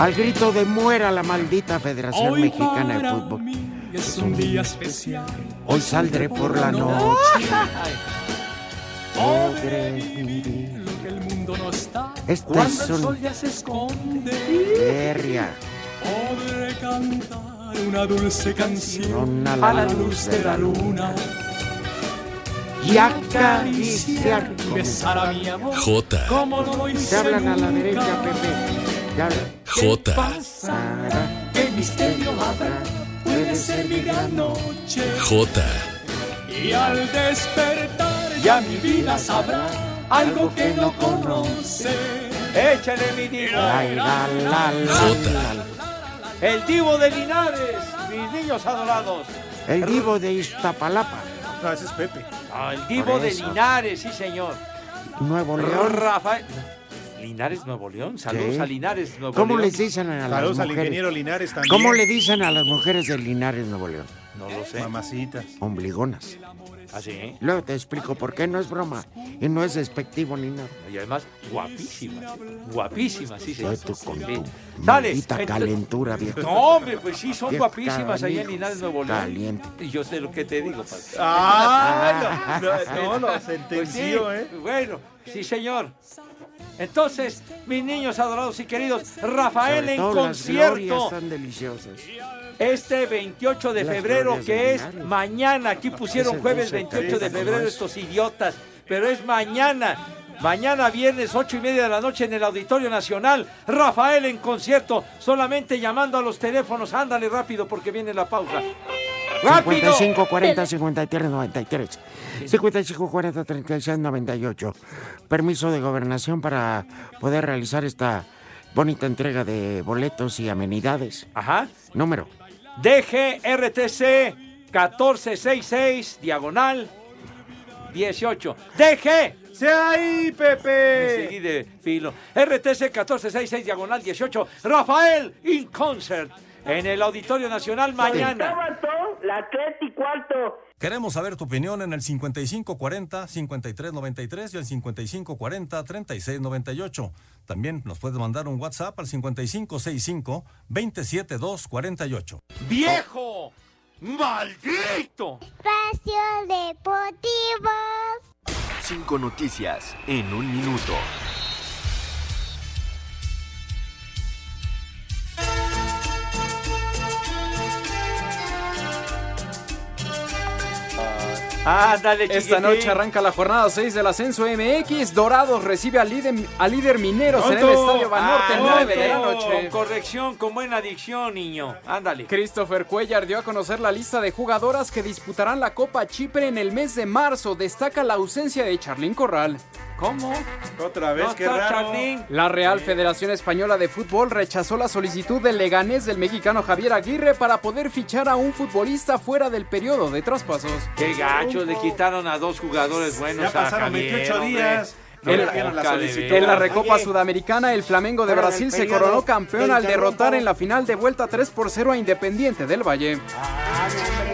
[SPEAKER 3] Al grito de muera la maldita Federación
[SPEAKER 6] Hoy
[SPEAKER 3] Mexicana de
[SPEAKER 6] para
[SPEAKER 3] Fútbol.
[SPEAKER 6] Es un día especial.
[SPEAKER 3] Hoy saldré por la noche. Podré vivir.
[SPEAKER 6] Lo que el mundo no está.
[SPEAKER 3] Estas
[SPEAKER 6] Cuando el
[SPEAKER 3] son
[SPEAKER 6] sol ya se esconde.
[SPEAKER 3] Feria.
[SPEAKER 6] Podré cantar una dulce canción
[SPEAKER 3] Una
[SPEAKER 6] a la luz de la luna.
[SPEAKER 3] Y acariciar
[SPEAKER 6] y besar a mi amor.
[SPEAKER 8] Jota.
[SPEAKER 6] Como no lo hice
[SPEAKER 3] Te hablan a la
[SPEAKER 6] nunca.
[SPEAKER 3] derecha, Pepe. Ya-
[SPEAKER 6] ¿Qué
[SPEAKER 8] Jota.
[SPEAKER 6] pasará? ¿Qué misterio habrá? Puede ser mi gran noche.
[SPEAKER 8] Jota.
[SPEAKER 6] Y al despertar ya mi vida sabrá algo que no conoce.
[SPEAKER 5] Échale mi divo.
[SPEAKER 6] Ay, la, la, la,
[SPEAKER 8] Jota.
[SPEAKER 5] El divo de Linares, mis niños adorados.
[SPEAKER 3] El vivo de Iztapalapa,
[SPEAKER 4] No, ese es Pepe.
[SPEAKER 5] Ah, el divo
[SPEAKER 3] Por
[SPEAKER 5] de
[SPEAKER 3] eso.
[SPEAKER 5] Linares, sí, señor.
[SPEAKER 3] Nuevo León.
[SPEAKER 5] Rafael. Linares, Nuevo León. Saludos
[SPEAKER 3] Sí.
[SPEAKER 5] a Linares, Nuevo
[SPEAKER 3] ¿Cómo
[SPEAKER 5] León.
[SPEAKER 3] les dicen a las
[SPEAKER 4] Saludos al
[SPEAKER 3] mujeres?
[SPEAKER 4] ingeniero Linares también.
[SPEAKER 3] ¿Cómo le dicen a las mujeres de Linares, Nuevo León?
[SPEAKER 5] No lo sé. Ah,
[SPEAKER 4] Mamacitas.
[SPEAKER 3] Ombligonas.
[SPEAKER 5] Así.
[SPEAKER 3] Luego te explico por qué no es broma y no es despectivo ni nada.
[SPEAKER 5] Y además, guapísima. Guapísima, sí, sí.
[SPEAKER 3] Fue tú con tu
[SPEAKER 5] Dale.
[SPEAKER 3] maldita
[SPEAKER 5] ento-
[SPEAKER 3] calentura, viejo.
[SPEAKER 5] No, hombre, pues sí, son
[SPEAKER 3] Viejo
[SPEAKER 5] guapísimas allá en
[SPEAKER 3] canijo,
[SPEAKER 5] Linares, Nuevo León.
[SPEAKER 3] caliente.
[SPEAKER 5] Y yo sé lo que te digo, padre.
[SPEAKER 4] Ah,
[SPEAKER 3] no, no,
[SPEAKER 4] lo
[SPEAKER 5] Pues sí,
[SPEAKER 4] sentenció, ¿eh?
[SPEAKER 5] Bueno, sí, señor. Entonces, mis niños adorados y queridos, Rafael
[SPEAKER 3] Sobre
[SPEAKER 5] en
[SPEAKER 3] todo las glorias
[SPEAKER 5] concierto.
[SPEAKER 3] están deliciosas.
[SPEAKER 5] Este 28 de
[SPEAKER 3] Las
[SPEAKER 5] febrero,
[SPEAKER 3] glorias
[SPEAKER 5] que
[SPEAKER 3] de
[SPEAKER 5] es
[SPEAKER 3] Linares.
[SPEAKER 5] mañana, aquí pusieron
[SPEAKER 3] Ese
[SPEAKER 5] jueves
[SPEAKER 3] dice
[SPEAKER 5] 28 de
[SPEAKER 3] treinta,
[SPEAKER 5] febrero
[SPEAKER 3] ¿no es?
[SPEAKER 5] estos idiotas, pero es mañana. Mañana viernes, ocho y media de la noche en el Auditorio Nacional, Rafael en concierto, solamente llamando a los teléfonos, ándale rápido porque viene la pausa. ¡Rápido!
[SPEAKER 3] 55 40 53 93. 55 40 36 98. Permiso de gobernación para poder realizar esta bonita entrega de boletos y amenidades.
[SPEAKER 5] Ajá.
[SPEAKER 3] Número.
[SPEAKER 5] DGRTC 1466, diagonal 18. DG.
[SPEAKER 4] ¡Se ahí, Pepe!
[SPEAKER 5] Me seguí de filo. RTC 1466, diagonal 18. Rafael in concert. En el Auditorio Nacional mañana.
[SPEAKER 8] la tres y cuarto.
[SPEAKER 9] Queremos saber tu opinión en el 5540-5393 y el 5540-3698. También nos puedes mandar un WhatsApp al 5565-27248.
[SPEAKER 5] ¡Viejo! ¡Maldito!
[SPEAKER 10] Espacio Deportivo.
[SPEAKER 1] Cinco noticias en un minuto.
[SPEAKER 5] Ándale,
[SPEAKER 6] Esta
[SPEAKER 5] chiquitín.
[SPEAKER 6] noche arranca la jornada 6 del ascenso MX. Dorados recibe al líder, al líder Mineros en el
[SPEAKER 5] Tonto.
[SPEAKER 6] Estadio Banorte,
[SPEAKER 5] Ah,
[SPEAKER 6] 9 de la
[SPEAKER 5] tonto.
[SPEAKER 6] noche.
[SPEAKER 5] Con corrección, con buena adicción, niño. Ándale.
[SPEAKER 6] Christopher Cuellar dio a conocer la lista de jugadoras que disputarán la Copa Chipre en el mes de marzo. Destaca la ausencia de Charlín Corral.
[SPEAKER 5] ¿Cómo?
[SPEAKER 4] Otra vez,
[SPEAKER 6] No
[SPEAKER 4] qué
[SPEAKER 6] está
[SPEAKER 4] raro.
[SPEAKER 6] Charlín. La Real Federación Española de Fútbol rechazó la solicitud del Leganés del mexicano Javier Aguirre para poder fichar a un futbolista fuera del periodo de traspasos.
[SPEAKER 5] Qué gacho, le quitaron a dos jugadores
[SPEAKER 6] Ya
[SPEAKER 5] buenos.
[SPEAKER 6] pasaron
[SPEAKER 5] a Javier,
[SPEAKER 6] 28
[SPEAKER 5] hombre.
[SPEAKER 6] días.
[SPEAKER 5] No
[SPEAKER 6] En
[SPEAKER 5] le
[SPEAKER 6] la-
[SPEAKER 5] pongan la solicitud.
[SPEAKER 6] en la Recopa Sudamericana, el Flamengo de
[SPEAKER 5] Fuera del
[SPEAKER 6] Brasil se
[SPEAKER 5] periodo
[SPEAKER 6] coronó campeón
[SPEAKER 5] del
[SPEAKER 6] al
[SPEAKER 5] Charrúa.
[SPEAKER 6] derrotar en la final de vuelta 3 por 0 a Independiente del Valle.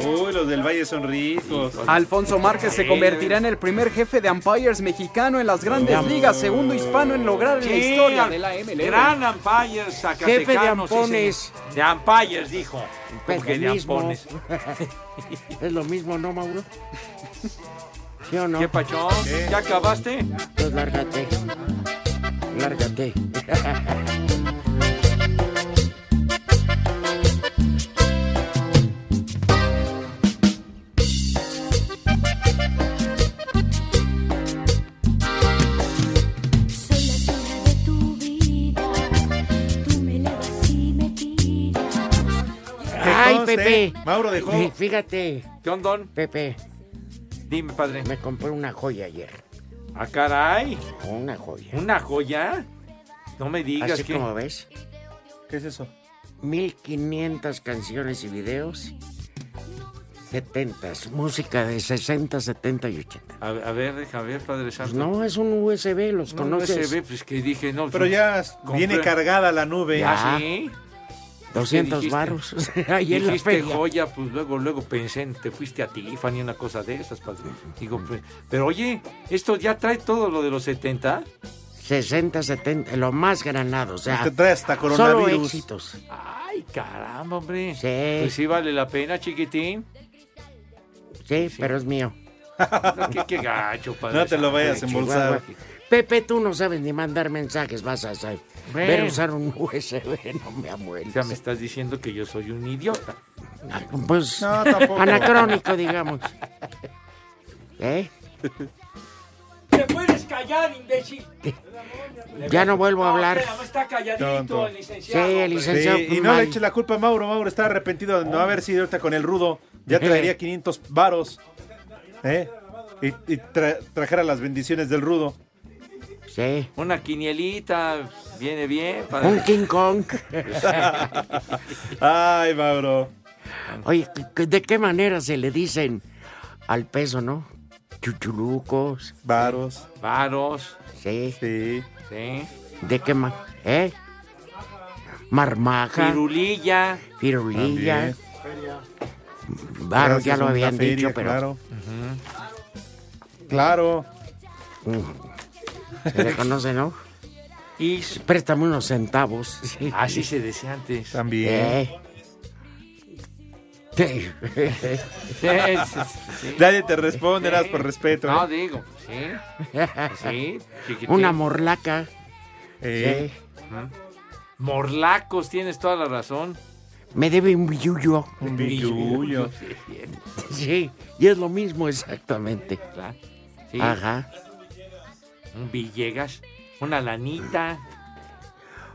[SPEAKER 4] Uy, los del Valle son ricos.
[SPEAKER 6] Alfonso Márquez se convertirá en el primer jefe de umpires mexicano en las grandes ligas, segundo hispano en lograr en la
[SPEAKER 5] Sí,
[SPEAKER 6] historia
[SPEAKER 5] al-
[SPEAKER 6] de la MLB.
[SPEAKER 5] Gran umpire Zacatecano.
[SPEAKER 6] Jefe de
[SPEAKER 5] sí,
[SPEAKER 6] ampones.
[SPEAKER 5] señor. de umpires, dijo.
[SPEAKER 3] Pues
[SPEAKER 5] Porque de
[SPEAKER 3] lo mismo.
[SPEAKER 5] ampones.
[SPEAKER 3] es lo mismo, ¿no,
[SPEAKER 5] (laughs)
[SPEAKER 3] Mauro? ¿Sí o no?
[SPEAKER 5] ¿Qué pachón? ¿Ya acabaste?
[SPEAKER 3] Pues lárgate. Lárgate.
[SPEAKER 13] Soy la sombra de tu vida, tú me elevas y me tiras.
[SPEAKER 3] Ay,
[SPEAKER 13] conste,
[SPEAKER 5] eh?
[SPEAKER 3] Pepe.
[SPEAKER 4] Mauro dejó.
[SPEAKER 3] Fí- Fíjate.
[SPEAKER 5] ¿Qué onda?
[SPEAKER 3] Pepe.
[SPEAKER 5] Dime, padre.
[SPEAKER 3] Me compré una joya ayer.
[SPEAKER 5] Ah, caray.
[SPEAKER 3] Una joya.
[SPEAKER 5] ¿Una joya? No me digas
[SPEAKER 3] Así
[SPEAKER 5] que.
[SPEAKER 3] como ves.
[SPEAKER 4] ¿Qué es eso?
[SPEAKER 3] 1500 canciones y videos. 70, música de 60, 70 y 80.
[SPEAKER 5] A, a ver, deja ver, padre
[SPEAKER 3] Pues
[SPEAKER 5] Santo.
[SPEAKER 3] no, es un USB, los
[SPEAKER 5] No, no
[SPEAKER 3] conoces.
[SPEAKER 5] se ve, pues que dije, no.
[SPEAKER 4] Pero
[SPEAKER 5] pues,
[SPEAKER 4] ya viene cargada la nube.
[SPEAKER 5] ¿Ah,
[SPEAKER 3] Ya.
[SPEAKER 5] sí?
[SPEAKER 3] 200
[SPEAKER 5] pues, dijiste?
[SPEAKER 3] varos. (laughs) Ahí en la
[SPEAKER 5] Dijiste
[SPEAKER 3] feria.
[SPEAKER 5] joya, pues luego, luego pensé en te fuiste a Tiffany, una cosa de esas, padre. Digo, pues, pero oye, esto ya trae todo lo de los 70.
[SPEAKER 3] 60, 70, lo más granado. O sea,
[SPEAKER 5] Te trae hasta
[SPEAKER 3] Solo
[SPEAKER 5] coronavirus.
[SPEAKER 3] éxitos.
[SPEAKER 5] Ay, caramba, hombre.
[SPEAKER 3] Sí.
[SPEAKER 5] Pues sí vale la pena, chiquitín.
[SPEAKER 3] Sí, pero es mío.
[SPEAKER 5] No, qué, qué gacho, padre.
[SPEAKER 4] No te lo vayas a
[SPEAKER 5] Santo.
[SPEAKER 4] embolsar.
[SPEAKER 3] Pepe, tú no sabes ni mandar mensajes, vas a saber.
[SPEAKER 5] Ven.
[SPEAKER 3] Ver usar un USB, no me amueles.
[SPEAKER 5] Ya me estás diciendo que yo soy un idiota.
[SPEAKER 3] Pues
[SPEAKER 5] No, tampoco.
[SPEAKER 3] anacrónico, digamos. ¿Eh?
[SPEAKER 5] ¿Te puedes callar, imbécil?
[SPEAKER 3] Ya no vuelvo a hablar.
[SPEAKER 5] espera, no está calladito
[SPEAKER 4] Tonto.
[SPEAKER 5] el licenciado. hombre.
[SPEAKER 4] Sí, y no le eche la culpa a Mauro. Mauro está arrepentido de no haber sido ahorita con el rudo. Ya traería 500 varos. ¿eh? Y, y tra- trajera las bendiciones del rudo.
[SPEAKER 3] Sí.
[SPEAKER 5] Una quinielita viene bien. padre.
[SPEAKER 3] Un King Kong.
[SPEAKER 4] Ay, Mauro.
[SPEAKER 3] Oye, ¿qué- qué- ¿de qué manera se le dicen al peso, no? Chuchulucos.
[SPEAKER 4] Varos.
[SPEAKER 5] Varos.
[SPEAKER 3] Sí.
[SPEAKER 4] Sí.
[SPEAKER 5] Sí.
[SPEAKER 3] ¿De qué más? ¿Eh? Marmaja.
[SPEAKER 5] Pirulilla.
[SPEAKER 3] Pirulilla.
[SPEAKER 5] También.
[SPEAKER 3] Claro,
[SPEAKER 4] sí
[SPEAKER 3] Ah, ya
[SPEAKER 4] es
[SPEAKER 3] lo
[SPEAKER 4] una
[SPEAKER 3] habían
[SPEAKER 4] feria,
[SPEAKER 3] dicho, pero.
[SPEAKER 4] Claro. Claro.
[SPEAKER 3] Se reconoce, ¿no?
[SPEAKER 5] Y
[SPEAKER 3] préstame unos centavos.
[SPEAKER 5] Así Ah, se decía antes.
[SPEAKER 4] También.
[SPEAKER 3] (laughs) Eh. (laughs) Sí.
[SPEAKER 4] (laughs) Nadie te responde, nada más por respeto.
[SPEAKER 5] No,
[SPEAKER 4] ¿eh?
[SPEAKER 5] digo, sí.
[SPEAKER 4] (laughs)
[SPEAKER 5] Sí, chiquitín.
[SPEAKER 3] Una morlaca.
[SPEAKER 4] Eh.
[SPEAKER 3] Sí.
[SPEAKER 5] Ajá. Morlacos, tienes toda la razón.
[SPEAKER 3] Me debe un billuyo. (laughs)
[SPEAKER 4] Un
[SPEAKER 5] billuyo.
[SPEAKER 3] Sí, y es lo mismo exactamente.
[SPEAKER 5] ¿Verdad? Sí.
[SPEAKER 3] Ajá.
[SPEAKER 5] Un Villegas, una lanita,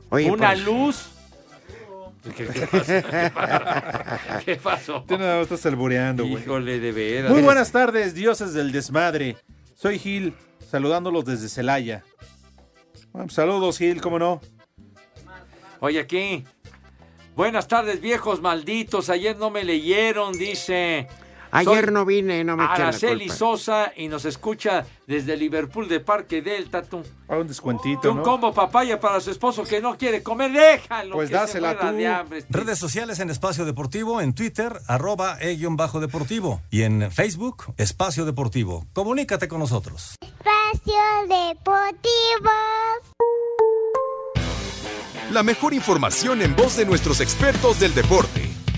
[SPEAKER 3] Oye,
[SPEAKER 5] una
[SPEAKER 3] pues,
[SPEAKER 5] luz. ¿Qué, qué pasó? ¿Qué
[SPEAKER 4] (laughs)
[SPEAKER 5] pasó?
[SPEAKER 4] Tú nada más estás albureando, güey.
[SPEAKER 5] Híjole, de veras.
[SPEAKER 4] Muy buenas tardes, dioses del desmadre. Soy Gil, saludándolos desde Celaya. Bueno, pues, saludos, Gil, ¿cómo no?
[SPEAKER 5] Oye, aquí. Buenas tardes, viejos malditos. Ayer no me leyeron, dice.
[SPEAKER 3] Ayer
[SPEAKER 5] Soy
[SPEAKER 3] no vine, no me echen la
[SPEAKER 5] Araceli
[SPEAKER 3] culpa.
[SPEAKER 5] Sosa y nos escucha desde Liverpool de Parque Delta. Tú.
[SPEAKER 4] Para un descuentito,
[SPEAKER 5] Un
[SPEAKER 4] ¿no?
[SPEAKER 5] combo papaya para su esposo que no quiere comer. Déjalo.
[SPEAKER 4] Pues
[SPEAKER 5] que se
[SPEAKER 4] dásela
[SPEAKER 5] muera
[SPEAKER 4] tú.
[SPEAKER 5] de hambre.
[SPEAKER 9] Redes sociales en Espacio Deportivo, en Twitter, arroba e-bajo deportivo. Y en Facebook, Espacio Deportivo. Comunícate con nosotros.
[SPEAKER 10] Espacio Deportivo.
[SPEAKER 24] La mejor información en voz de nuestros expertos del deporte.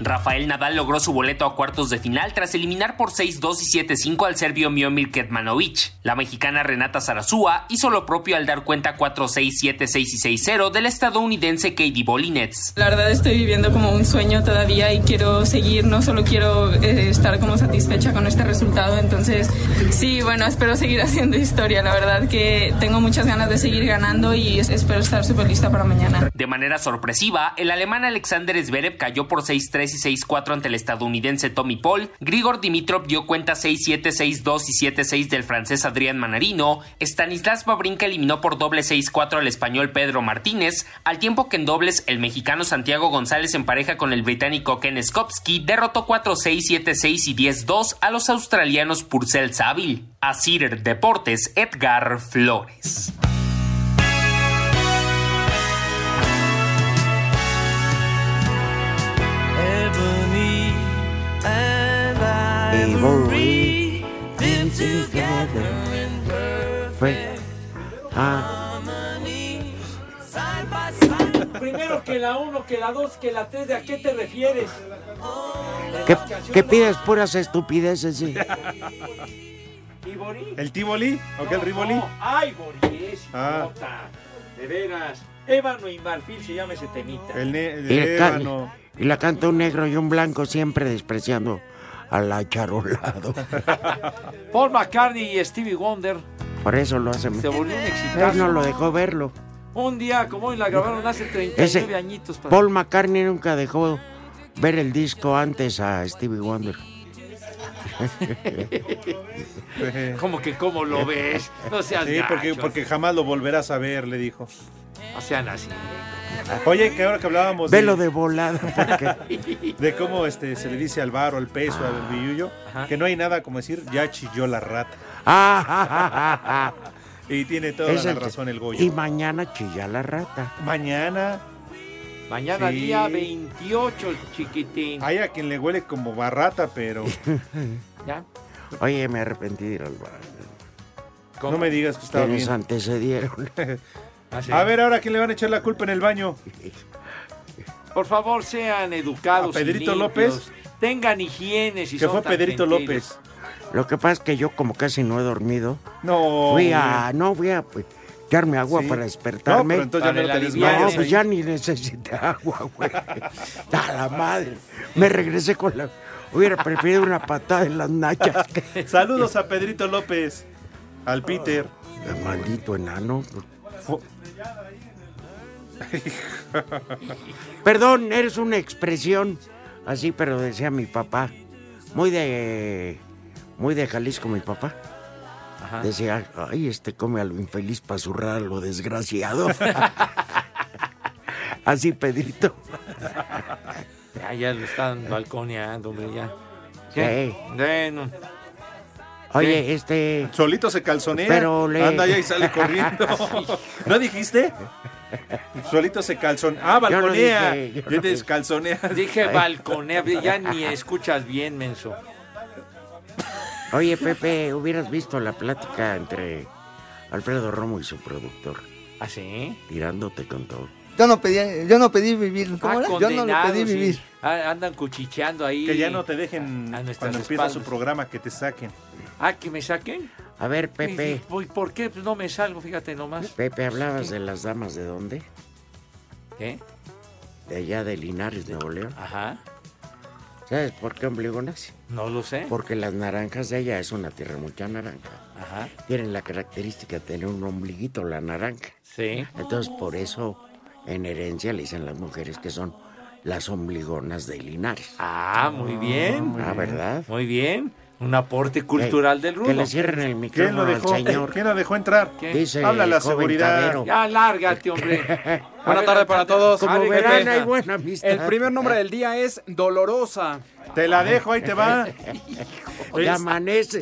[SPEAKER 25] Rafael Nadal logró su boleto a cuartos de final tras eliminar por 6-2 y 7-5 al serbio Miomir Ketmanovic. La mexicana Renata Sarasúa hizo lo propio al dar cuenta 4-6, 7-6 y 6-0 del estadounidense Katie Bolinets.
[SPEAKER 26] La verdad estoy viviendo como un sueño todavía y quiero seguir, no solo quiero eh, estar como satisfecha con este resultado, entonces sí, bueno, espero seguir (laughs) haciendo historia, la verdad que tengo muchas ganas de seguir ganando y es- espero estar súper lista para mañana.
[SPEAKER 25] De manera sorpresiva, el alemán Alexander Zverev cayó por 6-3 y 6-4 ante el estadounidense Tommy Paul. Grigor Dimitrov dio cuenta 6-7, 6-2 y 7-6 del francés Adrián Manarino. Stanislas Wawrinka eliminó por doble 6-4 al español Pedro Martínez, al tiempo que en dobles el mexicano Santiago González en pareja con el británico Ken Skopsky derrotó 4-6, 7-6 y 10-2 a los australianos Purcell Saville. A Cedar Deportes, Edgar Flores.
[SPEAKER 3] Ivory been together fue- Ah,
[SPEAKER 5] Primero que la 1, que la 2, que la 3, ¿de a qué te refieres?
[SPEAKER 3] ¿qué, qué pides puras estupideces?
[SPEAKER 4] (laughs)
[SPEAKER 3] sí?
[SPEAKER 5] Ivory.
[SPEAKER 4] ¿El Tivoli? ¿O qué el Rivoli?
[SPEAKER 5] No, ay, Ivory, es
[SPEAKER 4] Ah.
[SPEAKER 5] idiota. De veras. Ébano y marfil se llama ese temita.
[SPEAKER 4] El, ne- el
[SPEAKER 3] Y, le ca-
[SPEAKER 4] ébano.
[SPEAKER 3] y la canta un negro y un blanco siempre despreciando al acharolado.
[SPEAKER 4] (laughs)
[SPEAKER 5] Paul McCartney y Stevie Wonder
[SPEAKER 3] Por eso lo hacen.
[SPEAKER 5] se volvió un
[SPEAKER 3] Él
[SPEAKER 4] Este
[SPEAKER 5] exitazo.
[SPEAKER 3] no lo dejó verlo.
[SPEAKER 5] Un día como hoy la grabaron hace 39
[SPEAKER 3] Ese
[SPEAKER 5] añitos.
[SPEAKER 4] Pues
[SPEAKER 5] padre.
[SPEAKER 3] Paul McCartney nunca dejó ver el disco antes a Stevie Wonder.
[SPEAKER 5] Como que cómo lo ves. No seas
[SPEAKER 4] Sí, porque,
[SPEAKER 5] gacho.
[SPEAKER 4] porque jamás lo volverás a ver, le dijo.
[SPEAKER 5] O sea, así.
[SPEAKER 4] Oye, que ahora que hablábamos de,
[SPEAKER 3] Velo de volada
[SPEAKER 4] (laughs)
[SPEAKER 3] porque
[SPEAKER 4] de cómo este, se le dice al bar o al peso,
[SPEAKER 3] Ah,
[SPEAKER 4] al billuyo, que no hay nada como decir, ya chilló la rata.
[SPEAKER 3] Ah,
[SPEAKER 4] Y tiene toda
[SPEAKER 3] Es
[SPEAKER 4] la
[SPEAKER 3] el-
[SPEAKER 4] razón el Goyo.
[SPEAKER 3] Y mañana chilla la rata.
[SPEAKER 4] Mañana
[SPEAKER 5] Mañana
[SPEAKER 4] Sí.
[SPEAKER 5] día 28, chiquitín.
[SPEAKER 4] hay a quien le huele como barrata, pero
[SPEAKER 5] ¿Ya?
[SPEAKER 3] Oye, me arrepentí de ir al bar.
[SPEAKER 4] no me digas que estaba
[SPEAKER 3] Que nos
[SPEAKER 4] bien.
[SPEAKER 3] antecedieron. (laughs)
[SPEAKER 5] Ah,
[SPEAKER 4] A ver, ahora, ¿a quién le van a echar la culpa en el baño?
[SPEAKER 5] Por favor, sean educados.
[SPEAKER 4] ¿A Pedrito
[SPEAKER 5] y limpios.
[SPEAKER 4] López?
[SPEAKER 5] Tengan higiene si
[SPEAKER 4] que
[SPEAKER 5] son
[SPEAKER 4] fue
[SPEAKER 5] tan
[SPEAKER 4] Pedrito
[SPEAKER 5] gentiles.
[SPEAKER 4] López.
[SPEAKER 3] Lo que pasa es que yo como casi no he dormido.
[SPEAKER 4] No.
[SPEAKER 3] Fui a, no voy a pues, echarme agua
[SPEAKER 4] Oh, Sí.
[SPEAKER 3] para despertarme.
[SPEAKER 4] No, pero entonces ya
[SPEAKER 5] Para
[SPEAKER 4] no
[SPEAKER 5] el
[SPEAKER 4] te
[SPEAKER 3] No,
[SPEAKER 5] alivianes
[SPEAKER 4] desmayas
[SPEAKER 3] pues
[SPEAKER 4] ahí.
[SPEAKER 3] (laughs) ya ni necesité agua, güey. A la madre. Me regresé con la. Hubiera preferido una patada en las nachas.
[SPEAKER 4] Saludos a Pedrito López, al Peter.
[SPEAKER 3] Maldito enano. (laughs) Perdón, eres una expresión así, pero decía mi papá. Muy de. Muy de Jalisco, mi papá. Decía, ay, este come a lo infeliz para zurrar a lo desgraciado. así, Pedrito.
[SPEAKER 5] Ya, ya lo están balconeando, hombre, ya.
[SPEAKER 3] Sí.
[SPEAKER 5] Bueno.
[SPEAKER 3] Oye, este.
[SPEAKER 4] Solito se calzonea.
[SPEAKER 3] Pero le-
[SPEAKER 4] Anda ya y
[SPEAKER 5] (laughs)
[SPEAKER 4] sale corriendo. ¿No dijiste? Solito se calzonea. Ah,
[SPEAKER 5] Yo no
[SPEAKER 4] balconea. Yo,
[SPEAKER 5] dije, yo no
[SPEAKER 4] te
[SPEAKER 5] dije.
[SPEAKER 4] descalzonea.
[SPEAKER 5] Dije balconea, ya ni escuchas bien, menso.
[SPEAKER 3] Oye, Pepe, hubieras visto la plática entre Alfredo Romo y su productor.
[SPEAKER 5] ¿Ah, sí?
[SPEAKER 3] Tirándote con todo.
[SPEAKER 18] Yo no pedí, yo no pedí vivir. ¿Cómo
[SPEAKER 5] Ah,
[SPEAKER 18] era? Yo no le
[SPEAKER 5] condenados,
[SPEAKER 18] pedí
[SPEAKER 5] sí.
[SPEAKER 18] vivir.
[SPEAKER 5] Ah, andan cuchicheando ahí.
[SPEAKER 4] Que ya no te dejen
[SPEAKER 5] a nuestras
[SPEAKER 4] cuando empieza su
[SPEAKER 5] espaldas.
[SPEAKER 4] programa que te saquen.
[SPEAKER 5] Ah, que me saquen.
[SPEAKER 3] A ver, Pepe.
[SPEAKER 5] ¿Y- y por qué pues no me salgo? Fíjate nomás.
[SPEAKER 3] Pepe, ¿hablabas de las damas de dónde?
[SPEAKER 5] ¿Qué?
[SPEAKER 3] De allá de Linares, Nuevo León.
[SPEAKER 5] Ajá.
[SPEAKER 3] ¿Sabes por qué ombligonas?
[SPEAKER 5] No lo sé.
[SPEAKER 3] Porque las naranjas de allá es una tierra mucha naranja.
[SPEAKER 5] Ajá.
[SPEAKER 3] Tienen la característica de tener un ombliguito, la naranja.
[SPEAKER 5] Sí.
[SPEAKER 3] Entonces, por eso, en herencia le dicen las mujeres que son las ombligonas de Linares.
[SPEAKER 5] Ah, muy bien.
[SPEAKER 3] Ah, ¿verdad?
[SPEAKER 5] Muy bien. Un aporte cultural del rudo.
[SPEAKER 3] Que le cierren el
[SPEAKER 4] ¿Quién
[SPEAKER 3] micrófono
[SPEAKER 4] lo dejó,
[SPEAKER 3] al señor.
[SPEAKER 4] ¿Quién lo dejó entrar?
[SPEAKER 5] ¿Quién?
[SPEAKER 3] Dice
[SPEAKER 4] Habla la
[SPEAKER 3] el joven
[SPEAKER 4] seguridad.
[SPEAKER 3] Cabero.
[SPEAKER 5] Ya,
[SPEAKER 18] (laughs)
[SPEAKER 5] lárgate, hombre.
[SPEAKER 6] Buenas tardes para todos.
[SPEAKER 3] Como
[SPEAKER 6] Ari,
[SPEAKER 3] verán,
[SPEAKER 6] Pepe.
[SPEAKER 3] hay buena amistad.
[SPEAKER 6] El primer nombre del día es Dolorosa.
[SPEAKER 4] Te la dejo, ahí te va.
[SPEAKER 3] Ya amanece.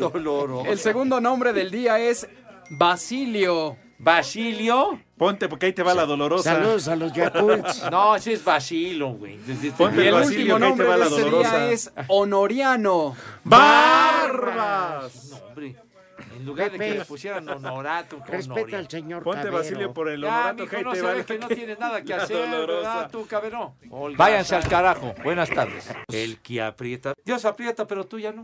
[SPEAKER 6] El segundo nombre del día es Basilio.
[SPEAKER 5] ¿Basilio?
[SPEAKER 4] Ponte, porque ahí te va la dolorosa.
[SPEAKER 3] Saludos a
[SPEAKER 4] (laughs)
[SPEAKER 3] los
[SPEAKER 4] Oh,
[SPEAKER 3] Yakults.
[SPEAKER 5] No, ese es Basilo, güey.
[SPEAKER 4] Ponte
[SPEAKER 6] Y el
[SPEAKER 4] Basilio,
[SPEAKER 6] último
[SPEAKER 4] que ahí te
[SPEAKER 6] nombre
[SPEAKER 4] va
[SPEAKER 6] de
[SPEAKER 4] la
[SPEAKER 6] este
[SPEAKER 4] dolorosa.
[SPEAKER 6] día es Honoriano.
[SPEAKER 5] ¡Barbas! No, hombre. En lugar de que
[SPEAKER 3] Pepe.
[SPEAKER 5] le pusieran honorato. con
[SPEAKER 3] Respeta
[SPEAKER 5] honorio.
[SPEAKER 3] al señor
[SPEAKER 4] Ponte,
[SPEAKER 3] Cabero.
[SPEAKER 4] Basilio, por el
[SPEAKER 5] Ya,
[SPEAKER 4] honorato,
[SPEAKER 5] mijo,
[SPEAKER 4] que ahí
[SPEAKER 5] no
[SPEAKER 4] te
[SPEAKER 5] se
[SPEAKER 4] va
[SPEAKER 5] ve
[SPEAKER 4] la-
[SPEAKER 5] que no tienes nada que
[SPEAKER 4] (laughs) la
[SPEAKER 5] hacer,
[SPEAKER 4] dolorosa.
[SPEAKER 5] ¿verdad, tú, cabrón? Váyanse al carajo. Buenas tardes. El que aprieta. Dios aprieta, pero tú ya no.